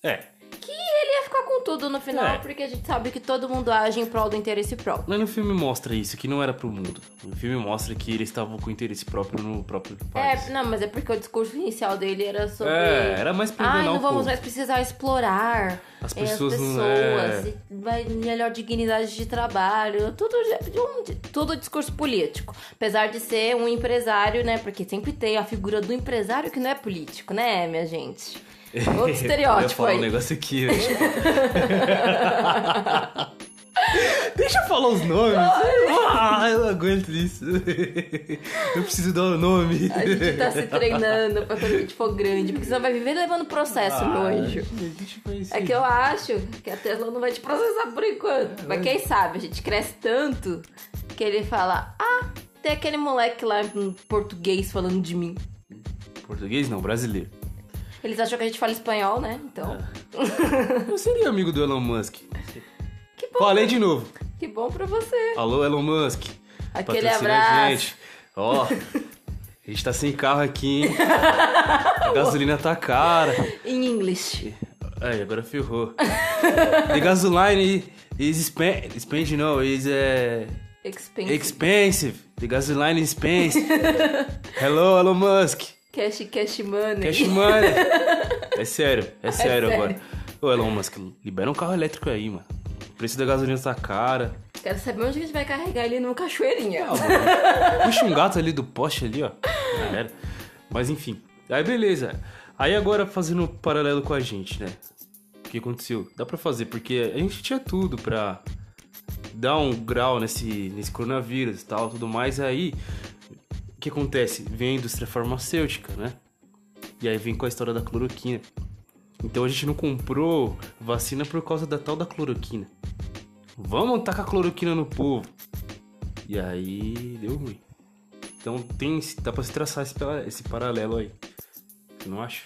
A: É,
B: Ele ia ficar com tudo no final,
A: É.
B: porque a gente sabe que todo mundo age em prol do interesse próprio.
A: Mas no filme mostra isso, que não era pro mundo. O filme mostra que eles estavam com interesse próprio no próprio país.
B: É, não, mas é porque o discurso inicial dele era sobre.
A: É, era mais pra
B: Ai,
A: enganar
B: não
A: o
B: vamos
A: povo."
B: mais precisar explorar
A: As
B: é,
A: pessoas
B: as
A: não- é.
B: pessoas e vai- melhor dignidade de trabalho, tudo, de- de um- de- tudo discurso político. Apesar de ser um empresário, né? Porque sempre tem a figura do empresário que não é político, né, minha gente? Outro
A: <laughs> Eu ia
B: estereótipo
A: falar um
B: aí.
A: negócio aqui. eu
B: <laughs>
A: acho. Deixa eu falar os nomes. Ah, eu não aguento isso. Eu preciso dar o nome.
B: A gente tá se treinando pra quando a gente for grande, porque senão vai viver levando processo, meu anjo.
A: Ah, Deixa eu conhecer.
B: É que eu acho que a Tesla não vai te processar por enquanto. Mas quem sabe, a gente cresce tanto que ele fala: Ah, tem aquele moleque lá em português falando de mim.
A: Português não, brasileiro.
B: Eles acham que a gente fala espanhol, né? Então,
A: É. Eu seria amigo do Elon Musk.
B: que bom.
A: Falei de novo.
B: Que bom pra você.
A: Alô, Elon Musk.
B: Aquele
A: Patrocina a
B: abraço.
A: gente. Ó, a gente tá sem carro
B: <laughs>
A: aqui, hein? A gasolina tá cara.
B: In English.
A: Ai, agora ferrou. <laughs> The gasoline is expensive. Expensive não, is eh,
B: Expense.
A: expensive. The gasoline is <laughs> expensive. Hello, Elon Musk.
B: cash, cash money.
A: Cash <laughs> money. É sério, é sério
B: sério.
A: agora. Ô, Elon Musk, libera um carro elétrico aí, mano. O preço da gasolina tá cara.
B: Quero saber onde que a gente vai carregar ele numa cachoeirinha.
A: Puxa um gato ali do poste ali, ó. Já era. Mas enfim. Aí beleza. Aí agora fazendo um paralelo com a gente, né? O que aconteceu? Dá pra fazer, porque a gente tinha tudo pra dar um grau nesse, nesse coronavírus e tal, tudo mais. Aí, o que acontece? Vem a indústria farmacêutica, né? E aí vem com a história da cloroquina. Então a gente não comprou vacina por causa da tal da cloroquina. Vamos tacar cloroquina no povo. E aí deu ruim. Então tem, dá pra se traçar esse, pela- esse paralelo aí. Você não acha?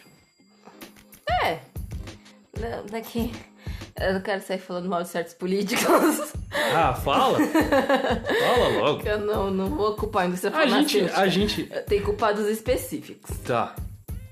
B: É. Não, Daqui. Eu não quero sair falando mal de certos políticos. <laughs>
A: Ah, fala! fala logo!
B: Eu não, não vou ocupar a indústria
A: A gente,
B: farmacêutica.
A: a gente.
B: Tem culpados específicos.
A: Tá,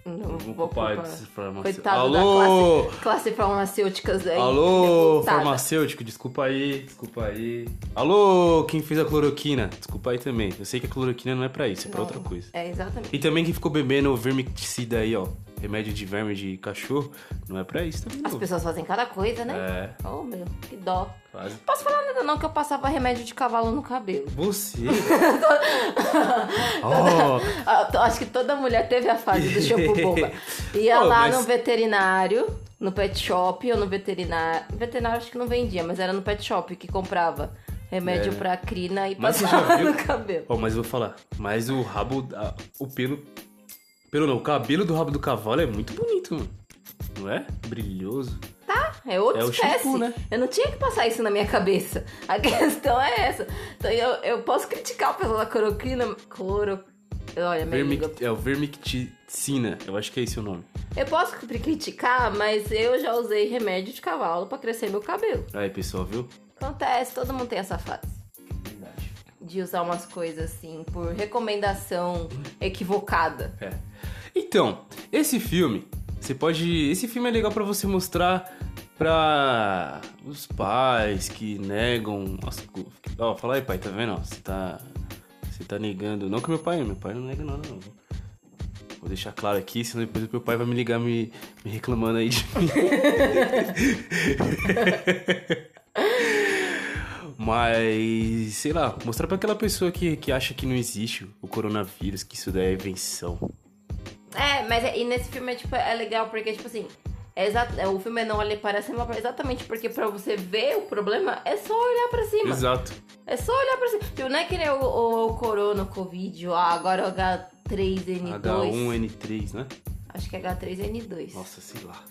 B: Não
A: vou
B: vou
A: culpar
B: culpar.
A: esse farmacêutico.
B: Coitado
A: Alô!
B: da classe, classe farmacêuticas aí.
A: Alô,
B: revoltada.
A: farmacêutico, desculpa aí, desculpa aí. Alô, quem fez a cloroquina? Desculpa aí também. Eu sei que a cloroquina não é pra isso, é pra
B: Não,
A: outra coisa.
B: É, exatamente.
A: E também quem ficou bebendo o vermicticida aí, ó. Remédio de verme de cachorro, não é pra isso também,
B: As
A: não.
B: pessoas fazem cada coisa, né?
A: É,
B: Oh, meu, que dó.
A: quase.
B: Posso falar nada não que eu passava remédio de cavalo no
A: <laughs>
B: cabelo.
A: Você? oh,
B: Ah, t- Acho que toda mulher teve a fase do
A: <laughs>
B: shampoo boba. Ia
A: Pô,
B: lá
A: mas-
B: no veterinário, no pet shop ou no veterinário. Veterinário acho que não vendia, mas era no pet shop que comprava remédio
A: É.
B: pra crina e
A: Mas
B: <laughs>
A: você já
B: passava
A: viu?
B: no cabelo.
A: Ó, mas eu vou falar. Mas o rabo. a- o pelo. Pelo não, o cabelo do rabo do cavalo é muito bonito, mano. Não é? Brilhoso.
B: É outra
A: É o
B: espécie.
A: shampoo, né?
B: Eu não tinha que passar isso na minha cabeça. A <laughs> questão é essa. Então eu, eu posso criticar o pessoal da cloroquina. Cloro. Olha, minha língua.
A: Vermic- é o vermicticina. Eu acho que é esse o nome.
B: Eu posso cri- criticar, mas eu já usei remédio de cavalo pra crescer meu cabelo.
A: Aí, pessoal, viu?
B: Acontece, todo mundo tem essa fase.
A: Verdade.
B: De usar umas coisas assim, por recomendação equivocada.
A: É. Então, esse filme, você pode. Esse filme é legal pra você mostrar pra os pais que negam as co- Ó, fala aí, pai, tá vendo? Ó, Você tá. Você tá negando. Não que meu pai, meu pai não nega nada, não. viu? Vou deixar claro aqui, senão depois meu pai vai me ligar me, me reclamando aí de mim. <laughs> Mas, sei lá, mostrar pra aquela pessoa que, que acha que não existe o coronavírus, que isso daí é invenção.
B: É, mas é- e nesse filme é, tipo, é legal porque, tipo assim, é exa- é, o filme é não olhar para cima exatamente porque pra você ver o problema é só olhar pra cima.
A: Exato.
B: É só olhar pra cima. Tipo, não é que nem o, o, o corona, o covid, o, agora o H3N2.
A: H1N3, né?
B: Acho que é H3N2.
A: Nossa, sei lá.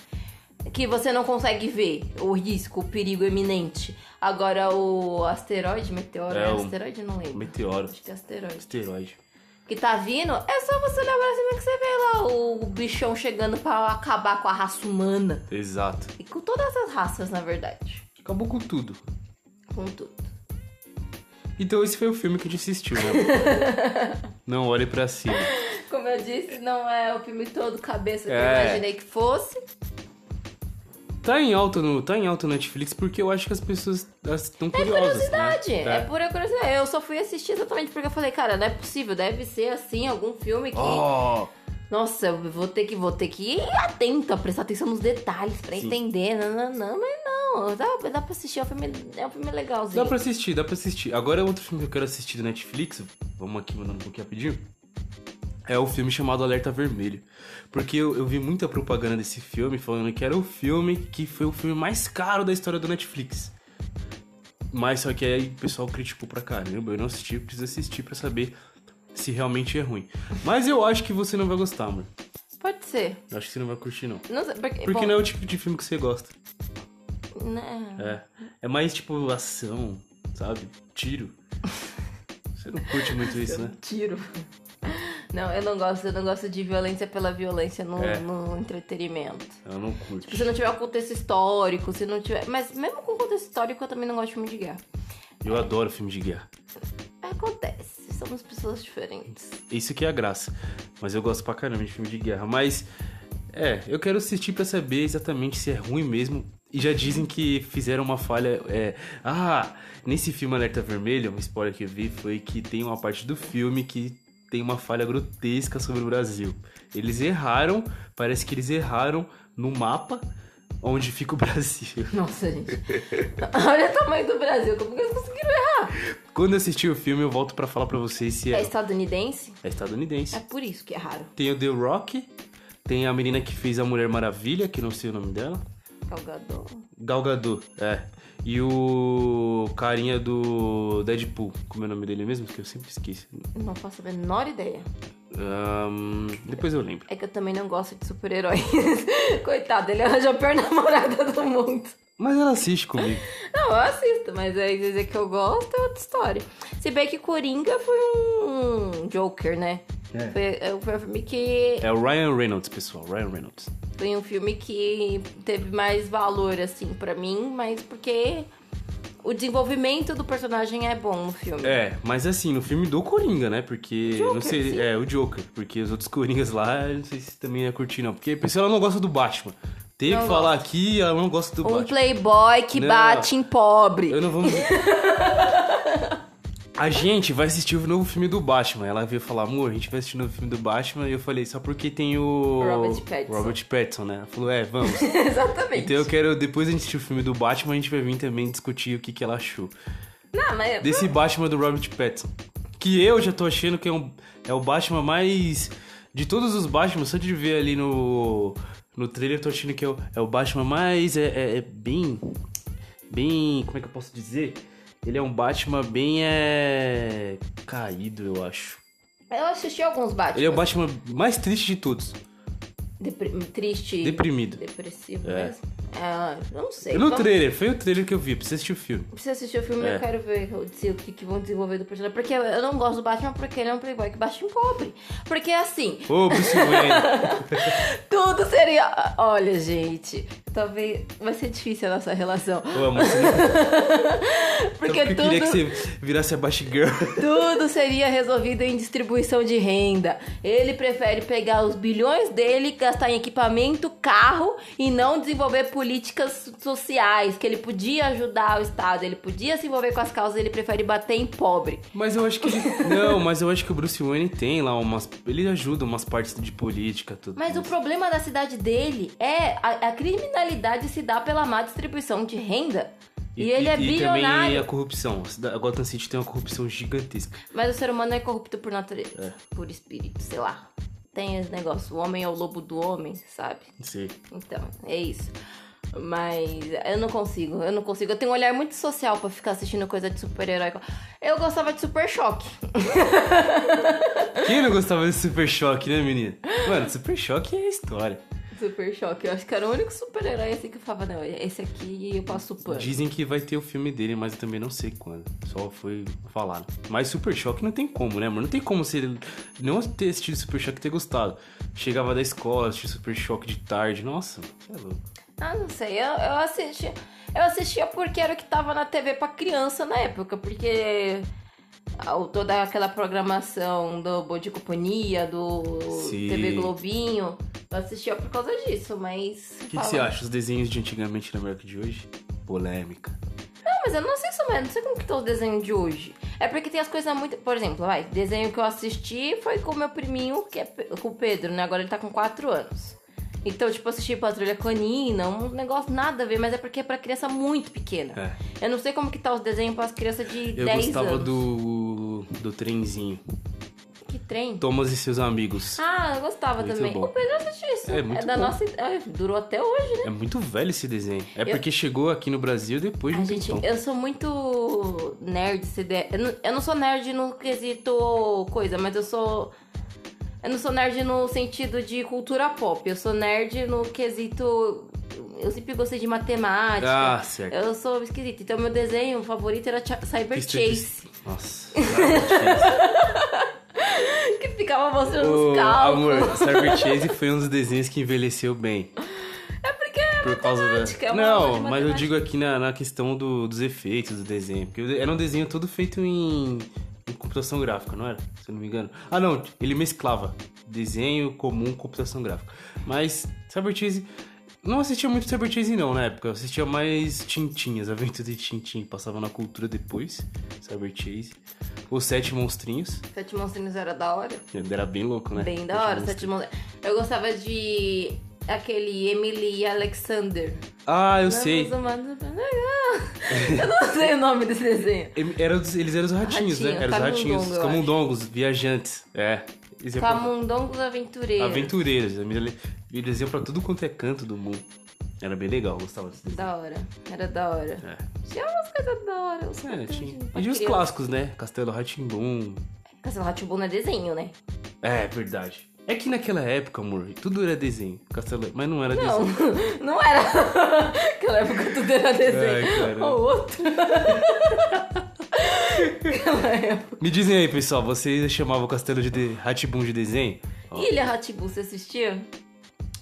B: Que você não consegue ver o risco, o perigo iminente. Agora o asteroide, meteoro,
A: É,
B: é,
A: o-
B: asteroide? Não lembro.
A: Meteoro.
B: Acho que é asteroide.
A: Esteroide.
B: Que tá vindo, é só você olhar pra cima que você vê lá o bichão chegando pra acabar com a raça humana.
A: Exato.
B: E com todas as raças, na verdade.
A: Acabou com tudo.
B: Com tudo.
A: Então esse foi o filme que a gente assistiu, né?
B: <laughs>
A: Não olhe pra cima.
B: Como eu disse, não é o filme todo cabeça que
A: É.
B: eu imaginei que fosse.
A: Tá em alta no, tá em alta no Netflix porque eu acho que as pessoas estão curiosas.
B: É Curiosidade,
A: né?
B: é pura curiosidade. Eu só fui assistir exatamente porque eu falei, cara, não é possível, deve ser assim, algum filme que.
A: Oh,
B: Nossa, eu vou ter que, vou ter que ir atenta, prestar atenção nos detalhes pra
A: Sim.
B: entender. Não, não, não, mas não. Dá, dá pra assistir, é um filme, é um filme legalzinho.
A: dá pra assistir, dá pra assistir. Agora outro filme que eu quero assistir do Netflix, vamos aqui mandando um pouquinho rapidinho. É o filme chamado Alerta Vermelho. Porque eu, eu vi muita propaganda desse filme falando que era o filme que foi o filme mais caro da história do Netflix. Mas só que aí o pessoal criticou pra caramba, eu não assisti, eu preciso assistir pra saber se realmente é ruim. Mas eu acho que você não vai gostar, amor.
B: Pode ser.
A: Eu acho que você não vai curtir, não.
B: Não sei, porque,
A: Porque
B: bom,
A: não é o tipo de filme que você gosta.
B: né?
A: É. É mais tipo ação, sabe? Tiro. Você não curte muito isso, né?
B: Tiro. Não, eu não gosto, eu não gosto de violência pela violência no,
A: É.
B: no entretenimento.
A: Eu não
B: Tipo, se
A: curto.
B: não tiver o contexto histórico, se não tiver. Mas mesmo com contexto histórico, eu também não gosto de filme de guerra.
A: Eu adoro filme de guerra.
B: Acontece, somos pessoas diferentes.
A: Isso que é a graça. Mas eu gosto pra caramba de filme de guerra. Mas, é, eu quero assistir pra saber exatamente se é ruim mesmo. E já dizem que fizeram uma falha. é, Ah, nesse filme Alerta Vermelho, um spoiler que eu vi foi que tem uma parte do filme que tem uma falha grotesca sobre o Brasil. Eles erraram, parece que eles erraram no mapa onde fica o <laughs> Brasil.
B: <laughs> Nossa, gente. <laughs> Olha o tamanho do Brasil, como que eles conseguiram errar?
A: Quando eu assistir o filme, eu volto pra falar pra vocês se
B: É
A: é,
B: estadunidense?
A: é estadunidense.
B: É por isso que é raro.
A: Tem o The Rock, tem a menina que fez a Mulher Maravilha, que não sei o nome dela.
B: Calgador.
A: Gal Gadot, é. E o carinha do Deadpool, como é o nome dele mesmo? Que eu sempre esqueço.
B: Não faço a menor ideia.
A: Ahn, depois eu lembro.
B: É que eu também não gosto de super-heróis. <laughs> Coitado, ele arranja a pior namorada do mundo.
A: Mas ela assiste comigo.
B: Não, eu assisto, mas aí dizer que eu gosto é outra história. Se bem que Coringa foi um Joker, né?
A: É.
B: Foi, foi um filme que
A: É o Ryan Reynolds, pessoal. Ryan Reynolds.
B: Foi um filme que teve mais valor, assim, pra mim, mas porque o desenvolvimento do personagem é bom no filme.
A: É, mas assim, no filme do Coringa, né? Porque.
B: Joker,
A: não sei.
B: sim.
A: É, o Joker. Porque os outros Coringas lá, eu não sei se também ia curtir, não. Porque a pessoa ela não gosta do Batman. Teve
B: Não
A: que falar aqui, ela não gosta do
B: Um
A: Batman.
B: playboy que
A: Não.
B: bate em pobre.
A: Eu não vou. <laughs> A gente vai assistir o novo filme do Batman. Ela veio falar, amor, a gente vai assistir o novo filme do Batman. E eu falei, só porque tem o.
B: Robert Pattinson.
A: Robert Pattinson, né? Ela falou, é,
B: <laughs>
A: vamos.
B: Exatamente.
A: então eu quero, depois de assistir o filme do Batman, a gente vai vir também discutir o que, que ela achou.
B: Não, mas
A: Desse Batman do Robert Pattinson. Que eu já tô achando que é, um, é o Batman mais. De todos os Batman, só de ver ali no. No trailer, eu tô achando que é o, é o Batman mais. É, é- é bem. Bem. Como é que eu posso dizer? Ele é um Batman bem. É. Caído, eu acho.
B: eu assisti alguns Batman.
A: Ele é o Batman mais triste de todos.
B: Depri- Triste.
A: Deprimido.
B: Depressivo
A: É.
B: mesmo. Ah, eu não sei.
A: No
B: Vamos-
A: trailer, foi o trailer que eu vi, precisa assistir o filme.
B: Preciso assistir o filme
A: É.
B: eu quero ver o se- o que, que vão desenvolver do personagem. Porque eu- eu não gosto do Batman porque ele é um playboy que bate em pobre. Porque assim,
A: Ô, Bruce Wayne.
B: Tudo seria. Olha, gente, talvez vai ser difícil a nossa relação. <laughs>
A: Ô, amor, você não...
B: Porque
A: eu
B: tudo,
A: queria que você virasse a Batgirl.
B: tudo seria resolvido em distribuição de renda. Ele prefere pegar os bilhões dele, gastar em equipamento, carro e não desenvolver políticas sociais. Que ele podia ajudar o Estado, ele podia se envolver com as causas, ele prefere bater em pobre.
A: Mas eu acho que ele... <laughs> Não, mas eu acho que o Bruce Wayne tem lá umas... Ele ajuda umas partes de política, tudo.
B: Mas o problema da cidade dele é a, a criminalidade se dá pela má distribuição de renda. E, ele é bilionário.
A: também a corrupção. A Gotham City tem uma corrupção gigantesca.
B: Mas o ser humano é corrupto por natureza, por espírito, sei lá. Tem esse negócio, o homem é o lobo do homem, sabe?
A: Não sei.
B: Então, é isso. Mas eu não consigo, eu não consigo. Eu tenho um olhar muito social pra ficar assistindo coisa de super-herói. Eu gostava de Super Choque.
A: Quem não gostava de Super Choque, né, menina? Mano, Super Choque é história.
B: Super Choque, eu acho que era o único super-herói assim que eu falava, não, esse aqui eu passo pano.
A: Dizem que vai ter o filme dele, mas eu também não sei quando. Só foi falado. Mas Super Choque não tem como, né, mano? Não tem como você não ter assistido Super Choque e ter gostado. Chegava da escola, assistia Super Choque de tarde. Nossa, você é louco.
B: Ah, não sei, eu, eu assistia. Eu assistia porque era o que tava na TV pra criança na época, porque ao- toda aquela programação do Bom de Companhia, do
A: Sim.
B: TV Globinho. Eu assistia por causa disso, mas.
A: O que, que você acha? Os desenhos de antigamente não é melhor que de hoje? Polêmica.
B: Não, mas eu não sei isso mesmo, não sei como que tá os desenhos de hoje. É porque tem as coisas muito. Por exemplo, vai, desenho que eu assisti foi com o meu priminho, que é Pe- com o Pedro, né? Agora ele tá com 4 anos. Então, tipo, eu assisti Patrulha Canina, um negócio nada a ver, mas é porque é pra criança muito pequena.
A: É.
B: Eu não sei como que tá os desenhos pras crianças de
A: Eu
B: 10
A: gostava
B: anos.
A: do. do trenzinho.
B: Que trem?
A: Thomas e seus amigos.
B: Ah, eu gostava
A: Muito
B: também.
A: bom.
B: O Pedro assistiu isso.
A: É muito
B: da
A: bom.
B: nossa. Ai, durou até hoje, né?
A: É muito velho esse desenho. É porque chegou aqui no Brasil depois um
B: A
A: do
B: gente,
A: Tom.
B: eu sou muito nerd, se der. Eu não, eu não sou nerd no quesito coisa, mas eu sou. Eu não sou nerd no sentido de cultura pop. Eu sou nerd no quesito. Eu sempre gostei de matemática.
A: Ah, certo.
B: eu sou esquisita. Então, meu desenho favorito era Cha- Cyber Chase.
A: Nossa. tá Cyber
B: <laughs> Que ficava mostrando
A: Ô,
B: os cálculos.
A: amor, Cyber Chase foi um dos desenhos que envelheceu bem.
B: É porque é
A: Por causa
B: matemática. é
A: da.
B: uma aula
A: Não,
B: de
A: mas eu
B: matemática.
A: digo aqui na, na questão do- dos efeitos do desenho. Porque era um desenho todo feito em, em computação gráfica, não era? Se eu não me engano. Ah, não, ele mesclava desenho comum computação gráfica. Mas Cyber Chase. Não assistia muito Cyber Chase, não, na época. Eu assistia mais Tintin, as aventuras de Tintin. Passava na cultura depois, Cyber Chase. Os Sete Monstrinhos.
B: Sete monstrinhos era da hora.
A: Era bem louco, né?
B: Bem da hora,
A: Monstrinhos.
B: Sete Monstros. Eu gostava de aquele Emily e Alexander.
A: Ah,
B: é
A: eu sei.
B: Eu não sei o nome desse desenho.
A: Ele- Era os- eles eram os ratinhos,
B: Ratinho,
A: né? Eram os ratinhos,
B: camundongo, eu
A: os
B: acho.
A: camundongos, viajantes. É. Eles iam pra-
B: Camundongos Aventureiros.
A: aventureiros. né? Eles- Eles iam pra tudo quanto é canto do mundo. Era bem legal, eu gostava desse desenho.
B: Da hora. Era da hora.
A: É.
B: Tinha umas coisas da hora. uns
A: É,
B: conteúdos
A: tinha.
B: pra
A: E os
B: criança.
A: clássicos, né? Castelo Ratimbum.
B: Castelo Rá-Tim-Bum não é desenho, né?
A: É, verdade. É que naquela época, amor, tudo era desenho. Castelo, mas não era
B: Não, <laughs>
A: desenho.
B: não era. Naquela época tudo era
A: Ai,
B: desenho.
A: cara.
B: Ou outro. Naquela época.
A: Me dizem aí, pessoal, vocês chamavam o Castelo de, de Ratimbum de desenho? Ó,
B: Ilha Rá-Tim-Bum, você assistia?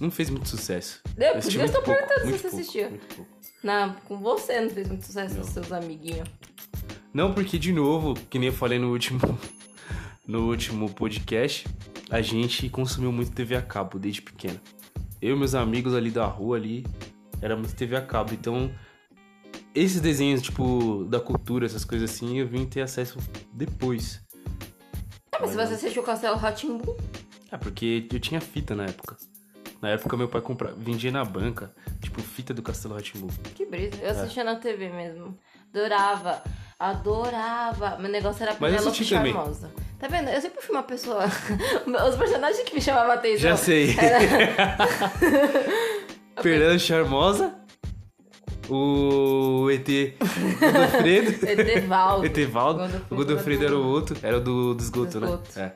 A: Não fez muito sucesso.
B: Eu-
A: assisti
B: eu
A: muito
B: tô
A: pouco,
B: perguntando se
A: muito
B: você
A: pouco,
B: assistia.
A: muito pouco.
B: Na, com você não fez muito sucesso
A: Não.
B: com seus amiguinhos.
A: Não, porque de novo, que nem eu falei no último <laughs> no último podcast, a gente consumiu muito TV a cabo desde pequeno. Eu e meus amigos ali da rua ali era muito TV a cabo, então esses desenhos tipo da cultura, essas coisas assim, eu vim ter acesso depois.
B: Ah, mas se você assistiu o Castelo Rá-Tim-Bum,
A: É, porque eu tinha fita na época. Na época meu pai comprava, vendia na banca, tipo fita do Castelo Ratimbu.
B: que brisa.
A: É.
B: Eu assistia na TV mesmo. Adorava. Adorava. Meu negócio era
A: Mas eu
B: Penélope
A: assisti também.
B: Charmosa. Tá vendo? Eu sempre fui uma pessoa... <laughs> Os personagens que me chamavam atenção... <laughs>
A: Já sei. <laughs> Fernando Charmosa, o ET
B: <laughs>
A: Godofredo.
B: Etevaldo.
A: <laughs> Etevaldo.
B: É, Godofredo
A: O Godofredo
B: era
A: era
B: do-
A: o outro, era o do, do esgoto,
B: Do esgoto.
A: né?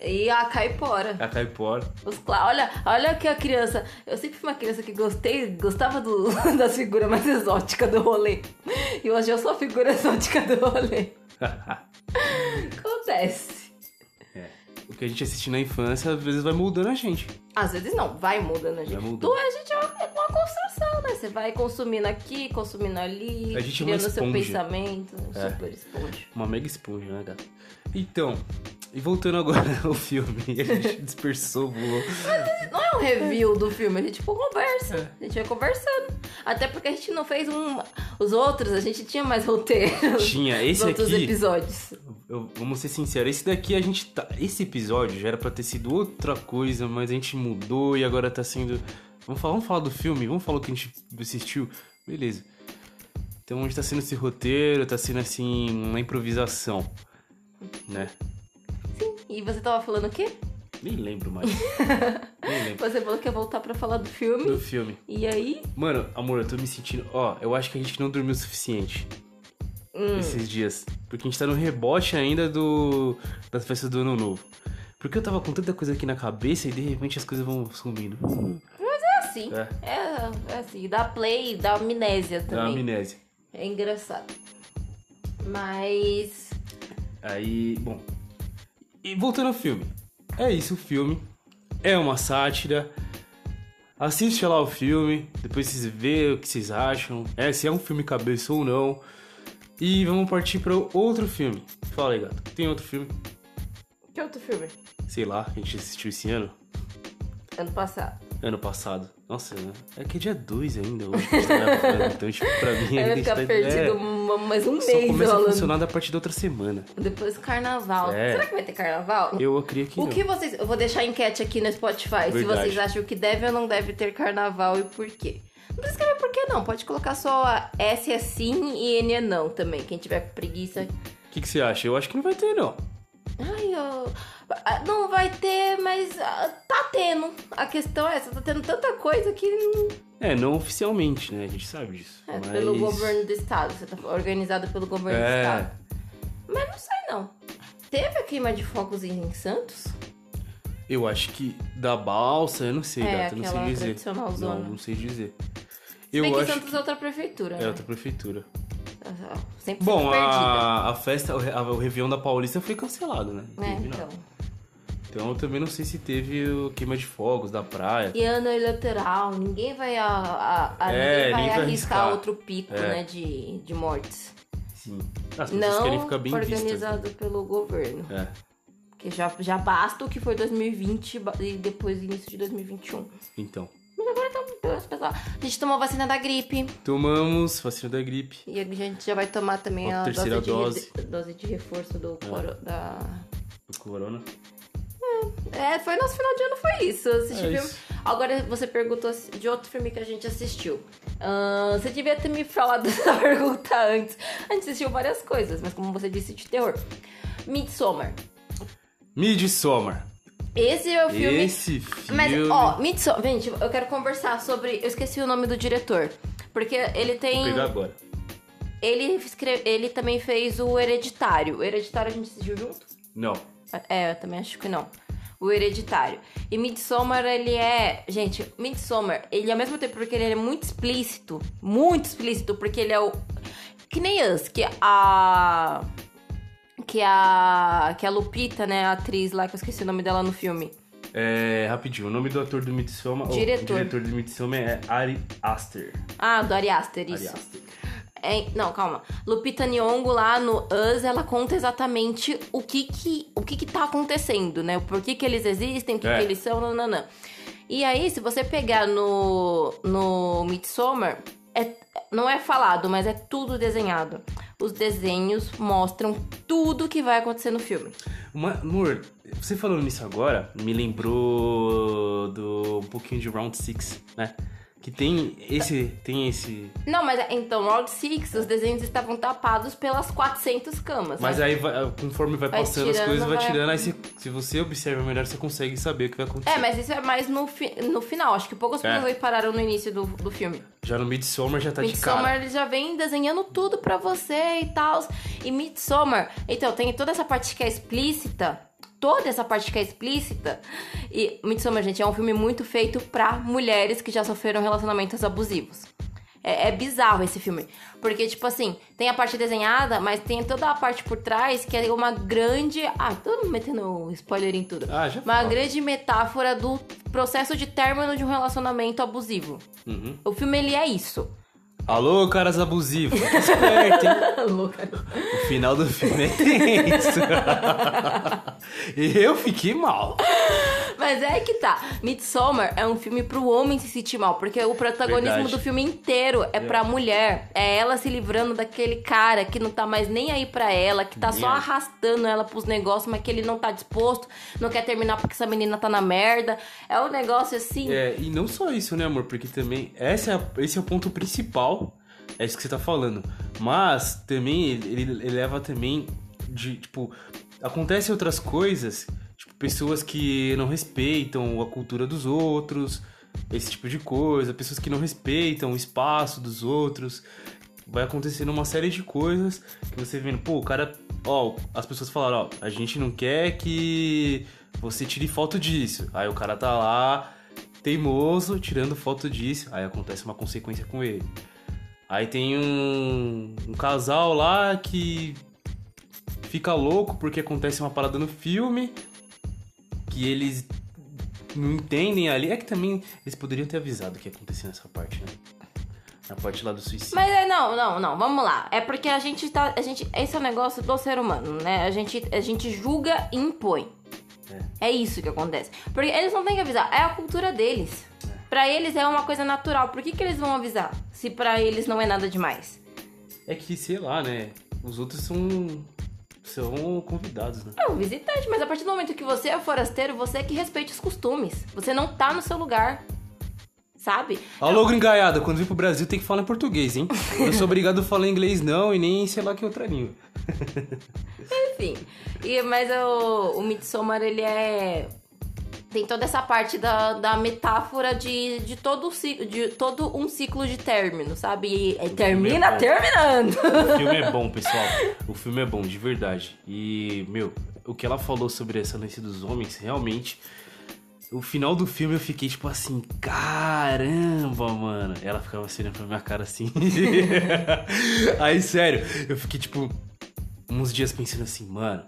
B: E a Caipora.
A: É. A Caipora.
B: Os cla... Olha, olha que a criança. Eu sempre fui uma criança que gostei, gostava do, <laughs> das figuras mais exóticas do rolê. E hoje eu sou a figura <laughs> exótica do
A: <laughs>
B: rolê. Acontece.
A: É. O que a gente assiste na infância, às vezes vai moldando a gente.
B: Às vezes não, vai mudando a gente.
A: Vai mudando.
B: Então a gente é uma, é uma construção, né? Você vai consumindo aqui, consumindo ali,
A: A gente é uma
B: criando seu
A: esponja.
B: pensamento.
A: É.
B: Super esponja.
A: Uma mega esponja, né, gata? Então, e voltando agora <laughs> ao filme, a gente dispersou,
B: <laughs>
A: voou.
B: Não é um review do filme, a gente tipo, conversa.
A: É.
B: A gente vai conversando. Até porque a gente não fez um. Os outros, a gente tinha mais roteiro.
A: Tinha
B: Os
A: <laughs> esse
B: outros
A: aqui.
B: episódios.
A: Eu, vamos ser sinceros, esse daqui a gente tá. Esse episódio já era pra ter sido outra coisa, mas a gente mudou e agora tá sendo. Vamos falar, vamos falar do filme, vamos falar o que a gente assistiu. Beleza. Então hoje tá sendo esse roteiro, tá sendo assim, uma improvisação. Né?
B: Sim. E você tava falando o quê?
A: Nem lembro mais. Nem lembro.
B: Você falou que ia voltar pra falar do filme.
A: Do filme.
B: E aí?
A: Mano, amor, eu tô me sentindo. Ó, eu acho que a gente não dormiu o suficiente
B: Hum.
A: esses dias. Porque a gente tá no rebote ainda do. das festas do ano novo. Porque eu tava com tanta coisa aqui na cabeça e de repente as coisas vão sumindo.
B: É assim.
A: É.
B: É, é assim. Dá play, dá amnésia
A: Da
B: também.
A: amnésia.
B: É engraçado. Mas.
A: Aí, bom. E voltando ao filme. É isso, o filme. É uma sátira. Assiste lá o filme, depois vocês vê o que vocês né, acham. É, se é um filme cabeça ou não. E vamos partir para outro filme. Fala aí, gato. Tem outro filme,
B: Que outro filme?
A: sei lá, que a gente assistiu esse ano?
B: Ano passado.
A: Ano passado. Nossa, né? é que é dia 2 ainda hoje. que a gente tá gravando, então, tipo, pra
B: Aí
A: mim... a
B: vai
A: gente
B: ficar
A: tá-
B: perdido uma- mais um
A: é, Só
B: mês
A: começa a
B: rolando.
A: funcionar a partir da outra semana.
B: Depois do carnaval.
A: É.
B: Será que vai ter carnaval?
A: Eu queria que
B: o
A: não.
B: que vocês. Eu vou deixar a enquete aqui no Spotify se
A: Verdade.
B: vocês acham que deve ou não deve ter carnaval e por quê. Não precisa escrever por quê, não. Pode colocar só a S é sim e N é não também. Quem tiver com preguiça.
A: O que, que você acha? Eu acho que não vai ter, não.
B: Ai, eu. ah, Não vai ter, mas ah, tá tendo. A questão é essa, tá tendo tanta coisa que. hum,
A: É, não oficialmente, né? A gente sabe disso.
B: É,
A: mas...
B: Pelo governo do estado. Você tá organizado pelo governo do
A: É.
B: estado. Mas não sei não. Teve a queima de fogos em Santos?
A: Eu acho que da balsa, eu não sei,
B: É,
A: gata. eu Não sei
B: aquela
A: dizer.
B: tradicional
A: Não,
B: zona.
A: não sei dizer.
B: Se
A: Eu
B: bem que
A: acho
B: Santos é outra prefeitura.
A: que
B: né?
A: é outra prefeitura.
B: Sempre
A: Bom,
B: é perdida.
A: a, a festa, o, re- a, o Réveillon da Paulista foi cancelado, né? Não
B: É,
A: teve nada.
B: então.
A: Então eu também não sei se teve o queima de fogos da praia.
B: E ano eleitoral, ninguém vai, a, a- a-
A: É,
B: ninguém vai
A: ninguém vai
B: arriscar,
A: arriscar.
B: outro pico,
A: É.
B: né, de, de mortes.
A: Sim. assim. As pessoas querem
B: Não
A: ficar bem né?
B: organizado pelo governo.
A: vistas. né?
B: Porque já, já basta o que foi 2020 ba- e depois início de 2021.
A: É, então.
B: Então, as pessoas- A gente tomou a vacina da gripe
A: Tomamos vacina da gripe.
B: e a gente já vai tomar também
A: A
B: a,
A: terceira É.
B: dose, De, re- dose de reforço do coro- da...
A: do corona.
B: É, foi nosso final de ano, foi isso. Assistir
A: É
B: filme.
A: isso.
B: Agora você perguntou de outro filme que a gente assistiu. Ahn, você devia ter me falado <laughs> essa pergunta antes. A gente assistiu várias coisas, mas como você disse, de terror. Midsommar.
A: Midsommar.
B: Esse é o filme.
A: Esse filme.
B: Mas, ó, Midsommar. Gente, eu quero conversar sobre. Eu esqueci o nome do diretor. Porque ele tem.
A: Vou pegar agora.
B: Ele, escre... ele também fez o Hereditário. O Hereditário a gente assistiu junto?
A: Não.
B: É, eu também acho que não. O Hereditário. E Midsommar, ele é. Gente, Midsommar, ele ao mesmo tempo porque ele é muito explícito. Muito explícito, porque ele é o. Que nem Us, que a. Que a. Que a Lupita, né? A atriz lá, que eu esqueci o nome dela no filme.
A: É, rapidinho, o nome do ator do Midsommar... ou,
B: Diretor.
A: O diretor do Midsommar é Ari Aster.
B: Ah, do Ari Aster,
A: Ari
B: isso.
A: Aster.
B: É, não, calma. Lupita Nyong'o lá no Us, ela conta exatamente o que que, o que, que tá acontecendo, né? Por que que eles existem, o que,
A: É.
B: que eles são, nananã. E aí, se você pegar no, no Midsommar, é- não é falado, mas é tudo desenhado. Os desenhos mostram tudo que vai acontecer no filme.
A: Uma, amor, você falando nisso agora, me lembrou do um pouquinho de Round Six né? Que tem esse... Tem esse...
B: Não, mas é- então, Round Six, os desenhos estavam tapados pelas 400 camas.
A: Mas
B: né?
A: aí, vai- conforme vai
B: Vai
A: passando as
B: tirando,
A: coisas, vai,
B: vai-
A: tirando. Aí, se, se você observa melhor, você consegue saber o que vai acontecer.
B: É, mas isso é mais no, fi- no final. Acho que poucas
A: É.
B: pessoas pararam no início do, do filme.
A: Já no Midsommar já tá de
B: Midsommar
A: cara.
B: ele já vem desenhando tudo pra você e tal. E Midsommar, então, tem toda essa parte que é explícita. Toda essa parte que é explícita. E Midsommar, gente, é um filme muito feito pra mulheres que já sofreram relacionamentos abusivos. É, é bizarro esse filme. Porque, tipo assim, tem a parte desenhada, mas tem toda a parte por trás que é uma grande. Ah, tô metendo spoiler em tudo.
A: Ah, já
B: uma
A: fala.
B: grande metáfora do processo de término de um relacionamento abusivo.
A: Uhum.
B: O filme, ele é isso.
A: Alô, caras abusivos. Fica esperto, hein?
B: <laughs> Louca.
A: O final do filme é tenso. <laughs> e eu fiquei mal.
B: Mas é que tá. Midsommar é um filme pro homem se sentir mal, porque o protagonismo
A: Verdade.
B: do filme inteiro é pra mulher. É ela se livrando daquele cara que não tá mais nem aí pra ela, que tá
A: Nem
B: só
A: aí.
B: arrastando ela pros negócios, mas que ele não tá disposto, não quer terminar porque essa menina tá na merda. É um negócio assim.
A: É, e não só isso, né, amor? Porque também essa é a- esse é o ponto principal. É isso que você tá falando. Mas também ele, ele- ele leva também de, tipo, acontecem outras coisas, tipo, pessoas que não respeitam a cultura dos outros, esse tipo de coisa, pessoas que não respeitam o espaço dos outros. Vai acontecendo uma série de coisas que você vendo, pô, o cara, ó, as pessoas falaram, ó, a gente não quer que você tire foto disso. Aí o cara tá lá, teimoso, tirando foto disso. Aí acontece uma consequência com ele. Aí tem um, um casal lá que fica louco porque acontece uma parada no filme que eles não entendem ali. É que também eles poderiam ter avisado o que ia acontecer nessa parte, né? A parte lá do suicídio.
B: Mas é, não, não, não, vamos lá. É porque a gente tá. A gente, esse é o negócio do ser humano, né? A gente, a gente julga e impõe. É. isso que acontece. Porque eles não têm que avisar, é a cultura deles. Pra eles é uma coisa natural. Por que, que eles vão avisar? Se pra eles não é nada demais.
A: É que, sei lá, né? Os outros são. são convidados, né?
B: É um visitante, mas a partir do momento que você é forasteiro, você é que respeite os costumes. Você não tá no seu lugar. Sabe?
A: Alô, gringaiada, quando vim pro Brasil tem que falar em português, hein? Eu sou obrigado a falar inglês não e nem sei lá que outra língua.
B: Enfim. E, mas o, o Midsommar, ele é. Tem toda essa parte da, da metáfora de, de, todo o ci- de todo um ciclo de término, sabe? E, e termina
A: bom.
B: terminando.
A: <laughs> O filme é bom, pessoal. O filme é bom, de verdade. E, meu, o que ela falou sobre essa lance dos homens, realmente. O final do filme eu fiquei tipo assim, caramba, mano. Ela ficava assim olhando pra minha cara assim. <laughs> Aí, sério, eu fiquei tipo uns dias pensando assim, mano.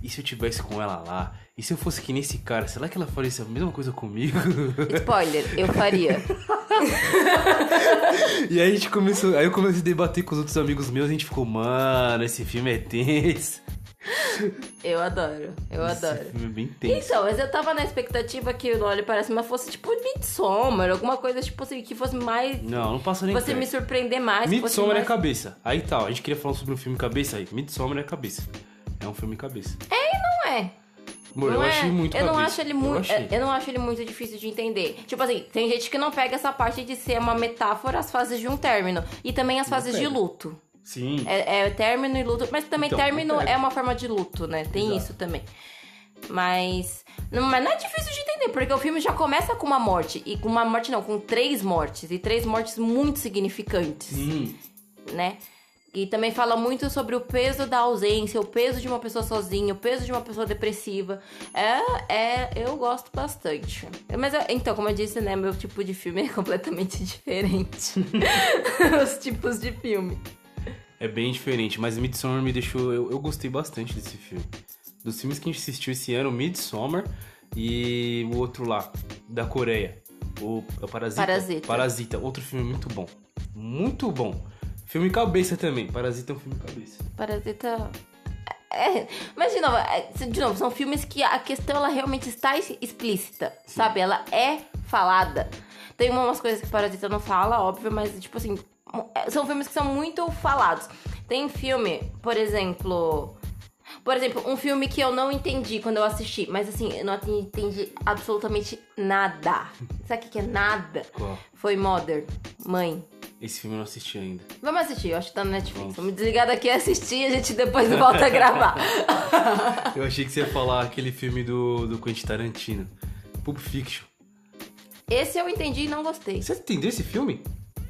A: E se eu tivesse com ela lá? E se eu fosse que nem esse cara? Será que ela faria essa mesma coisa comigo? <laughs>
B: Spoiler, eu faria.
A: E aí a gente começou. Aí eu comecei a debater com os outros amigos meus, a gente ficou, mano, esse filme é tenso.
B: Eu adoro, eu adoro.
A: Esse filme é bem tenso.
B: Então, mas eu tava na expectativa que o Olho parece uma fosse tipo Midsommar, alguma coisa tipo assim, que fosse mais.
A: Não, não passa nem
B: Você
A: perto.
B: me surpreender mais. que fosse
A: Midsommar é
B: mais...
A: cabeça. Aí tá, ó, a gente queria falar sobre um filme cabeça aí. Midsommar é cabeça. É um filme cabeça.
B: Não é.
A: Amor,
B: não
A: eu
B: é.
A: achei muito
B: eu não
A: cabeça.
B: acho ele muito. é-
A: achei.
B: Eu, não acho ele muito difícil de entender. Tipo assim, tem gente que não pega essa parte de ser uma metáfora as fases de um término. E também as
A: Não
B: fases de
A: pega.
B: luto.
A: Sim.
B: É, é término e luto. Mas também
A: Então,
B: término
A: não pega.
B: é uma forma de luto, né? Tem
A: Exato.
B: isso também. Mas. Não, mas não é difícil de entender, porque o filme já começa com uma morte. E com uma morte não, com três mortes. E três mortes muito significantes
A: Sim.
B: né? E também fala muito sobre o peso da ausência, o peso de uma pessoa sozinha, o peso de uma pessoa depressiva. É, é, eu gosto bastante. Mas eu- então, como eu disse, né, meu tipo de filme é <laughs> completamente diferente. <laughs> Os tipos de filme.
A: É bem diferente, mas Midsommar me deixou. Eu, eu gostei bastante desse filme. Dos filmes que a gente assistiu esse ano, Midsommar e o outro lá, da Coreia. O é o Parasita.
B: Parasita.
A: Parasita, outro filme muito bom. Muito bom. Filme cabeça também. Parasita é um filme cabeça.
B: Parasita. É, mas de novo, é, de novo, são filmes que a questão ela realmente está es- explícita, sabe? Ela é falada. Tem umas coisas que Parasita não fala, óbvio, mas tipo assim, mu- é, são filmes que são muito falados. Tem filme, por exemplo, por exemplo, um filme que eu não entendi quando eu assisti, mas assim, eu não entendi absolutamente nada. Sabe o que que é nada?
A: Qual?
B: Foi Mother, Mãe.
A: Esse filme eu não assisti ainda.
B: Vamos assistir, eu acho que tá no Netflix.
A: Vamos.
B: Vamos desligar daqui e assistir e a gente depois volta a
A: <laughs>
B: gravar.
A: Eu achei que você ia falar aquele filme do, do Quentin Tarantino. Pulp Fiction.
B: Esse eu entendi e não gostei.
A: Você entendeu esse filme?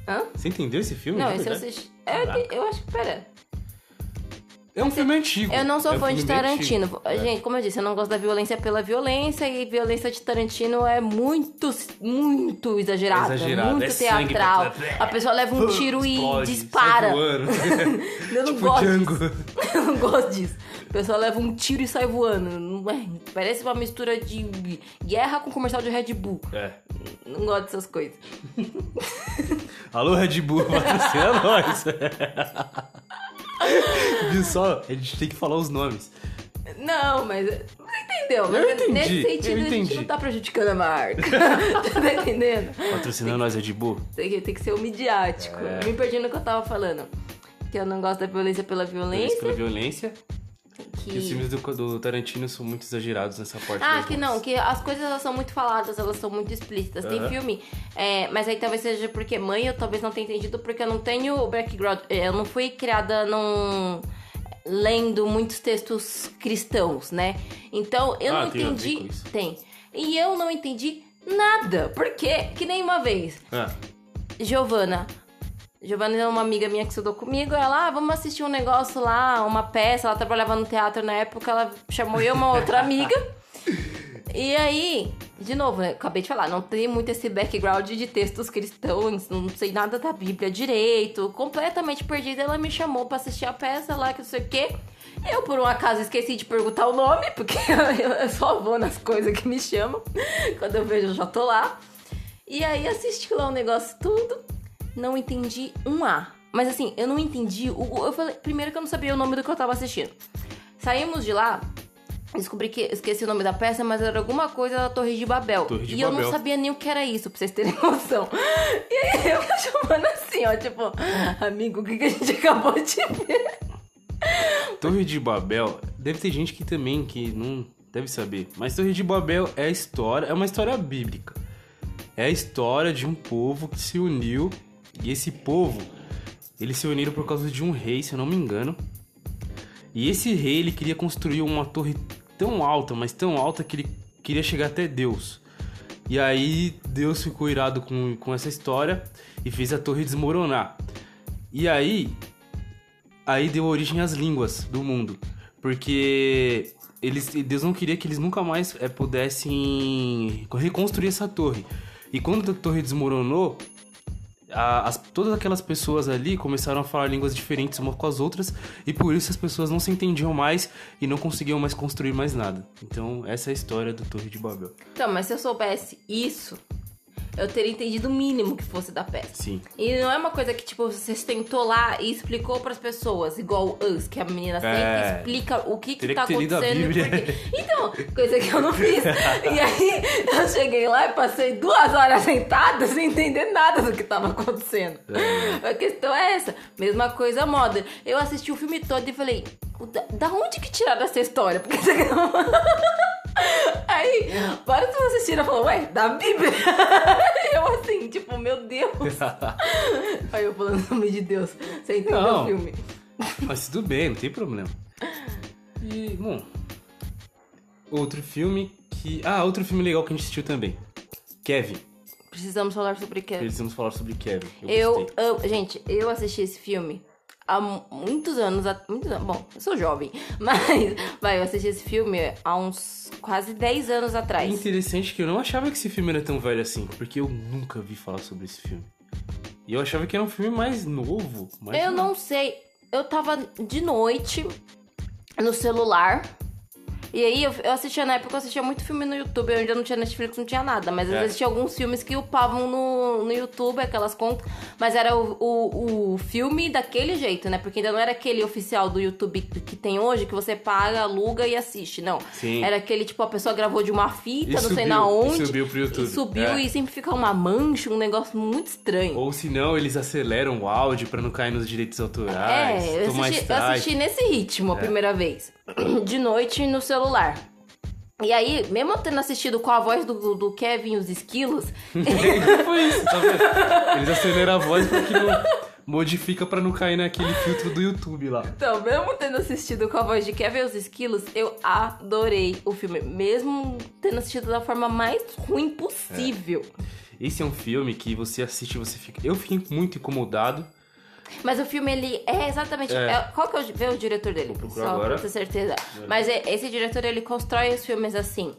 B: Hã?
A: Você entendeu esse filme?
B: Não,
A: de
B: esse eu
A: verdade?
B: assisti. É, Eu,
A: né? Caraca.
B: eu acho que, pera.
A: É um filme antigo.
B: Eu não sou
A: É um
B: fã de
A: filme bem
B: Tarantino.
A: antigo. É.
B: Gente, como eu disse, eu não gosto da violência pela violência e violência de Tarantino é muito, muito exagerada.
A: Exagerada,
B: muito
A: é sangue,
B: teatral.
A: blá, blá, blá.
B: A pessoa leva um tiro e
A: <laughs> Explode,
B: dispara.
A: sai voando.
B: Eu não
A: tipo
B: gosto.
A: Django.
B: <laughs> Eu não gosto disso. O pessoal leva um tiro e sai voando. Não é- Parece uma mistura de guerra com comercial de Red Bull.
A: É.
B: Não gosto dessas coisas.
A: Alô, Red Bull, patrocina nós. Viu só? A gente tem que falar os nomes.
B: Não, mas. Você entendeu?
A: Eu
B: mas
A: entendi,
B: Nesse sentido,
A: eu
B: a gente
A: entendi.
B: não tá prejudicando a marca. <laughs> tá entendendo?
A: Patrocina nós, Red Bull.
B: Tem que, tem que ser o midiático.
A: É.
B: Me perdi no que eu tava falando. Que eu não gosto da violência pela
A: Violência
B: violência.
A: pela violência.
B: Que...
A: E os filmes do, do Tarantino são muito exagerados nessa parte.
B: Ah,
A: das
B: que
A: mortes.
B: não, que as coisas elas são muito faladas, elas são muito explícitas. Tem
A: Aham.
B: filme, é, mas aí talvez seja porque mãe, eu talvez não tenha entendido, porque eu não tenho o background. é, Eu não fui criada num. lendo muitos textos cristãos, né? Então eu
A: Ah,
B: não
A: tem a ver
B: entendi.
A: com isso.
B: Tem. E eu não entendi nada. Por quê? Que nem uma vez.
A: Ah,
B: Giovana. Giovana é uma amiga minha que estudou comigo. Ela, ah, vamos assistir um negócio lá, uma peça. Ela trabalhava no teatro na época. Ela chamou eu e uma outra amiga. E aí, de novo, né, acabei de falar, não tem muito esse background de textos cristãos, não sei nada da Bíblia direito, completamente perdida. Ela me chamou pra assistir a peça lá, que não sei o quê. Eu, por um acaso, esqueci de perguntar o nome, porque <laughs> eu eu só vou nas coisas que me chamam. Quando eu vejo, eu já tô lá. E aí assisti lá o negócio tudo. não entendi um A. Mas assim, eu não entendi. o- Eu falei, primeiro que eu não sabia o nome do que eu tava assistindo. Saímos de lá, descobri que esqueci o nome da peça, mas era alguma coisa da Torre de Babel.
A: Torre de
B: e eu
A: Babel.
B: não sabia nem o que era isso, pra vocês terem <laughs> noção. E aí eu <laughs> tô chamando assim, ó, tipo, amigo, o que, que a gente acabou de ver?
A: Torre de Babel, deve ter gente que também que não deve saber, mas Torre de Babel é a história, é uma história bíblica. É a história de um povo que se uniu e esse povo, eles se uniram por causa de um rei, se eu não me engano. E esse rei, ele queria construir uma torre tão alta, mas tão alta que ele queria chegar até Deus. E aí Deus ficou irado com, com essa história e fez a torre desmoronar. E aí aí deu origem às línguas do mundo. Porque eles, Deus não queria que eles nunca mais eh, pudessem reconstruir essa torre. E quando a torre desmoronou, a- as- todas aquelas pessoas ali começaram a falar línguas diferentes umas com as outras, e por isso as pessoas não se entendiam mais e não conseguiam mais construir mais nada. Então, essa é a história do Torre de Babel.
B: Então, mas se eu soubesse isso, eu teria entendido o mínimo que fosse da peça.
A: <laughs> Sim.
B: E não é uma coisa que, tipo, você sentou lá e explicou pras pessoas, igual Us, que a menina senta
A: É.
B: e explica o que que
A: Teria
B: tá
A: que ter lido a
B: acontecendo e por
A: Bíblia.
B: quê. Então, coisa que eu não
A: <laughs>
B: fiz. e aí, eu cheguei lá e passei duas horas sentada sem entender nada do que tava acontecendo. A questão é essa. Mesma coisa, Modern. Eu assisti o filme todo e falei, "O da, da onde que tiraram essa história? Porque você não... <laughs> Aí, vários que assistiram falaram, ué, da Bíblia. <laughs> E eu assim, tipo, meu Deus. Aí eu falando, <laughs> pelo nome de Deus, você entendeu
A: Não.
B: o filme.
A: Mas tudo bem, não tem problema. E, bom. Outro filme que. Ah, outro filme legal que a gente assistiu também. Kevin.
B: Precisamos falar sobre Kevin.
A: Precisamos falar sobre Kevin.
B: Eu,
A: gostei.
B: amo- gente, eu assisti esse filme há mu- muitos anos, a- muitos anos- bom, eu sou jovem, <laughs> mas, vai, eu assisti esse filme há uns quase 10 anos
A: É
B: atrás.
A: interessante que eu não achava que esse filme era tão velho assim, porque eu nunca vi falar sobre esse filme. E eu achava que era um filme mais novo. Mas
B: Eu não sei. Eu tava de noite no celular. E aí eu, eu assistia na época, eu assistia muito filme no YouTube. Eu ainda não tinha Netflix, não tinha nada. Mas
A: É.
B: eu assistia alguns filmes que upavam no, no YouTube, aquelas contas. Mas era o, o, o filme daquele jeito, né? Porque ainda não era aquele oficial do YouTube que que tem hoje, que você paga, aluga e assiste. Não.
A: Sim.
B: Era aquele, tipo, a pessoa gravou de uma fita,
A: E
B: não sei
A: subiu,
B: na
A: e
B: onde.
A: subiu pro YouTube,
B: E subiu
A: é.
B: e sempre fica uma mancha, um negócio muito estranho.
A: Ou se não, eles aceleram o áudio pra não cair nos direitos autorais.
B: É, eu
A: tomar
B: assisti, eu
A: strike.
B: assisti nesse ritmo a primeira vez. <clears throat> De noite no celular. E aí, mesmo eu tendo assistido com a voz do, do Kevin e os esquilos,
A: que foi isso? Tá vendo? Eles aceleram a voz porque não modifica pra não cair naquele filtro do YouTube lá.
B: então, mesmo tendo assistido com a voz de Kevin e os esquilos, eu adorei o filme. Mesmo tendo assistido da forma mais ruim possível.
A: Esse é um filme que você assiste e você fica. Eu fiquei muito incomodado.
B: Mas o filme, ele é exatamente.
A: É.
B: é- qual que é o, vê o diretor dele?
A: Vou procurar
B: Só
A: agora.
B: pra ter certeza. Mas é- esse diretor, ele constrói os filmes assim.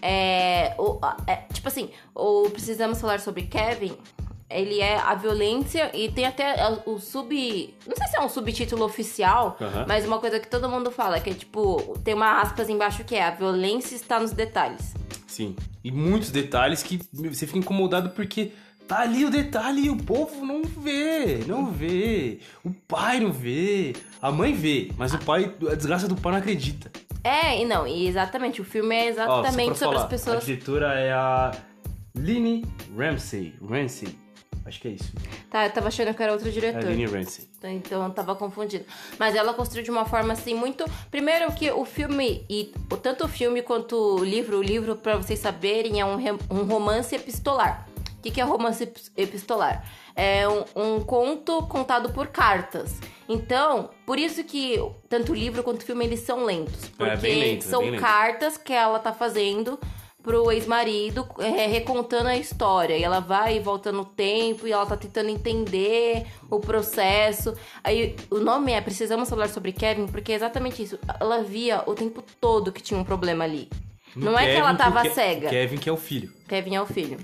B: É, o- a- é, tipo assim, o Precisamos Falar sobre Kevin. Ele é a violência e tem até a- o sub. Não sei se é um subtítulo oficial,
A: Aham.
B: mas uma coisa que todo mundo fala, que é tipo, tem uma aspas embaixo que é a violência está nos detalhes.
A: Sim. E muitos detalhes que você fica incomodado porque tá ali o detalhe e o povo não vê. Não vê. O pai não vê. A mãe vê, mas o pai, a desgraça do pai não acredita.
B: É, e não, e exatamente, o filme é
A: Ó, só
B: exatamente
A: pra
B: sobre
A: falar,
B: as pessoas.
A: A diretora é a Lini Ramsey. Ramsey. Acho que é isso.
B: Tá, eu tava achando que era outro
A: É a
B: diretor.
A: Lini Ramsey.
B: Então eu tava confundido. Mas ela construiu de uma forma assim muito. Primeiro que o filme, e o- tanto o filme quanto o livro, o livro, pra vocês saberem, é um, re- um romance epistolar. O que, que é romance epis- epistolar? É um, um conto contado por cartas. Então, por isso que tanto o livro quanto o filme eles são lentos.
A: É,
B: Porque
A: bem lento, é
B: são
A: bem lento.
B: cartas que ela tá fazendo pro ex-marido, é, recontando a história. E ela vai e volta no tempo e ela tá tentando entender o processo. Aí o nome é Precisamos Falar sobre Kevin, porque é exatamente isso. Ela via o tempo todo que tinha um problema ali.
A: No
B: Não é que ela
A: Kevin,
B: tava
A: o Ke-
B: cega.
A: Kevin, que é o filho.
B: Kevin é o filho.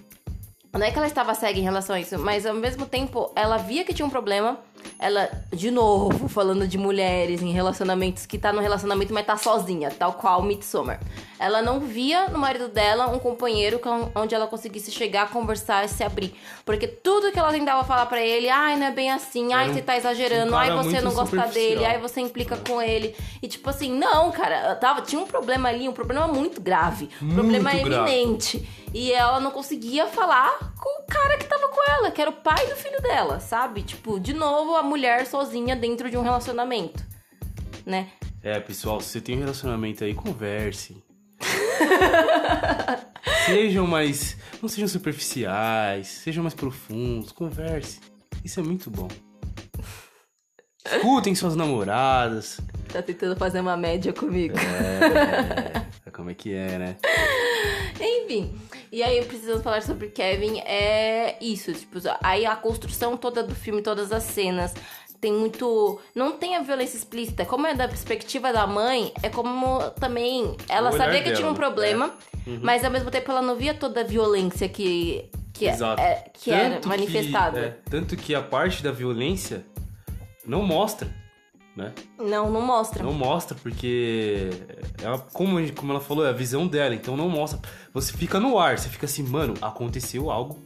B: Não é que ela estava cega em relação a isso, mas ao mesmo tempo ela via que tinha um problema Ela, de novo, <laughs> falando de mulheres em relacionamentos que tá no relacionamento, mas tá sozinha, tal qual Midsommar. Ela não via no marido dela um companheiro com- onde ela conseguisse chegar, conversar e se abrir. Porque tudo que ela tentava falar pra ele, ai, não é bem assim, ai,
A: Era um-
B: você tá exagerando,
A: um
B: ai,
A: cara
B: você
A: muito
B: não gosta dele,
A: superficial.
B: ai, você implica com ele. E tipo assim, não, cara, ela tava, tinha um problema ali, um problema muito grave. Um
A: Muito
B: problema
A: grave.
B: eminente. E ela não conseguia falar com o cara que tava com ela, que era o pai do filho dela, sabe? Tipo, de novo, a mulher sozinha dentro de um relacionamento. Né?
A: É, pessoal, se você tem um relacionamento
B: <laughs>
A: aí, converse. sejam mais. Não sejam superficiais, sejam mais profundos, converse. Isso é muito bom. Escutem suas namoradas.
B: Tá tentando fazer uma média comigo.
A: É, como é que é, né?
B: Enfim, e aí precisamos falar sobre Kevin, é isso, tipo, aí a construção toda do filme, todas as cenas, tem muito, não tem a violência explícita, como é da perspectiva da mãe, é como também, ela
A: O olhar
B: sabia que tinha
A: dela,
B: um problema,
A: é. Uhum.
B: mas ao mesmo tempo ela não via toda a violência que, que, é,
A: Exato.
B: é- que era
A: Tanto
B: manifestada.
A: é, tanto que a parte da violência não mostra, né?
B: Não, não mostra.
A: Não mostra, porque. É uma- como, a- como ela falou, é a visão dela, então não mostra. Você fica no ar, você fica assim, mano, aconteceu algo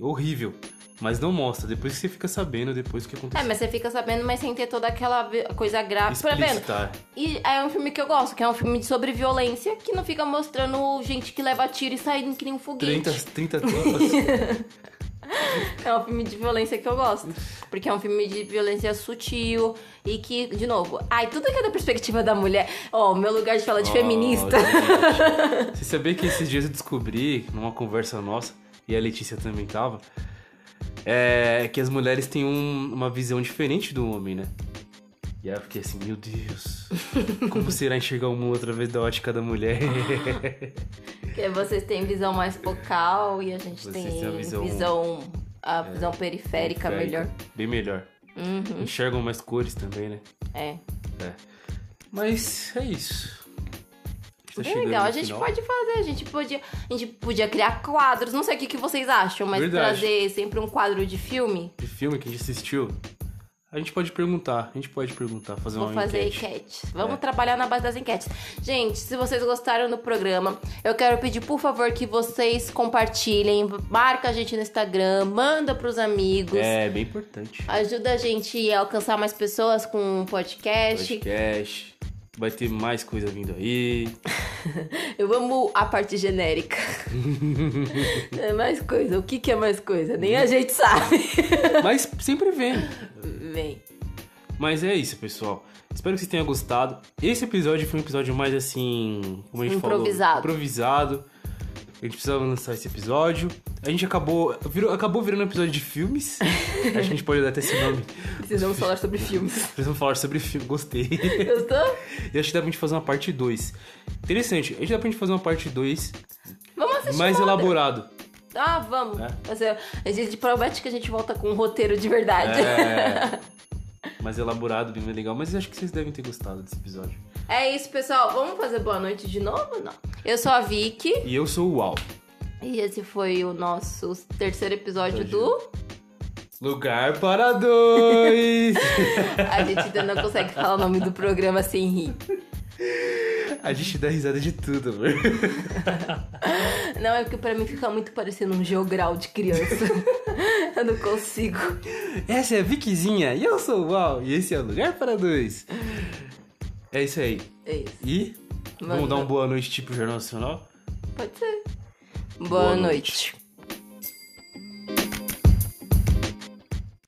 A: horrível. Mas não mostra. Depois que você fica sabendo, depois que
B: É,
A: aconteceu.
B: mas tá você fica sabendo, mas sem ter toda aquela vi- coisa grave. né? Por exemplo,
A: Explícita.
B: E é um filme que eu gosto, que é um filme sobre violência, que não fica mostrando gente que leva tiro e saindo que nem um foguete.
A: 30, 30 tropas.
B: É um filme de violência que eu gosto. Porque é um filme de violência sutil e que, de novo, ai, tudo que é da perspectiva da mulher. Ó, meu lugar de falar de
A: Oh,
B: feminista. <laughs>
A: gente. Você sabia que esses dias eu descobri, numa conversa nossa, e a Letícia também tava, é que as mulheres têm um- uma visão diferente do homem, né? E aí eu fiquei assim, meu Deus, como será enxergar o mundo através da ótica da mulher?
B: Porque vocês têm visão mais focal e a gente
A: Vocês
B: tem
A: têm a visão- é,
B: visão- a visão periférica melhor.
A: Bem melhor.
B: Uhum,
A: Enxergam mais cores também, né?
B: é.
A: É. Mas é isso. Tá
B: Bem
A: chegando
B: é legal,
A: no
B: a gente
A: final.
B: pode fazer, a gente podia, a gente podia criar quadros, não sei o que, que vocês acham, mas
A: Verdade.
B: trazer sempre um quadro de filme,
A: De filme que a gente assistiu, a gente pode perguntar, a gente pode perguntar, fazer
B: Vou
A: uma
B: fazer
A: enquete. É.
B: enquete. Vamos trabalhar na base das enquetes. Gente, se vocês gostaram do programa, eu quero pedir, por favor, que vocês compartilhem, marca a gente no Instagram, manda pros amigos.
A: É, bem importante.
B: Ajuda a gente a alcançar mais pessoas com o podcast.
A: Podcast. Vai ter mais coisa vindo aí. <laughs>
B: Eu amo a parte genérica. é mais coisa. O que, que é mais coisa? Nem a gente sabe.
A: Mas sempre vem.
B: Vem.
A: Mas é isso, pessoal. Espero que vocês tenham gostado. Esse episódio foi um episódio mais assim. Como a gente
B: Improvisado.
A: falou. Improvisado. A gente precisava lançar esse episódio. A gente acabou. virou- acabou virando um episódio de filmes. Acho que a gente pode dar até esse nome.
B: Precisamos falar sobre filmes.
A: Precisamos falar sobre filme. Gostei.
B: Gostou?
A: E acho que dá pra gente fazer uma parte 2. Interessante, a gente dá pra gente fazer uma parte 2
B: Vamos assistir.
A: mais
B: uma outra.
A: elaborado.
B: Ah, vamos.
A: É.
B: Assim, a gente promete que a gente volta com um roteiro de verdade.
A: É. Mais elaborado, bem mais legal. Mas eu acho que vocês devem ter gostado desse episódio.
B: É isso, pessoal. Vamos fazer boa noite de novo? Não. Eu sou a Vicky
A: E eu sou o Uau.
B: e esse foi o nosso terceiro episódio do.
A: Lugar para dois!
B: A gente ainda não consegue falar o nome do programa sem rir.
A: <laughs> a gente dá risada de tudo, velho.
B: Não, é porque pra mim fica muito parecendo um geogral de criança. <laughs> Eu não consigo.
A: Essa é a Vickyzinha e eu sou o Uau. E esse é o Lugar para dois. É isso aí.
B: É isso.
A: E
B: Manda. um
A: vamos dar uma boa noite tipo Jornal Nacional?
B: Pode ser. Boa,
A: Boa
B: noite.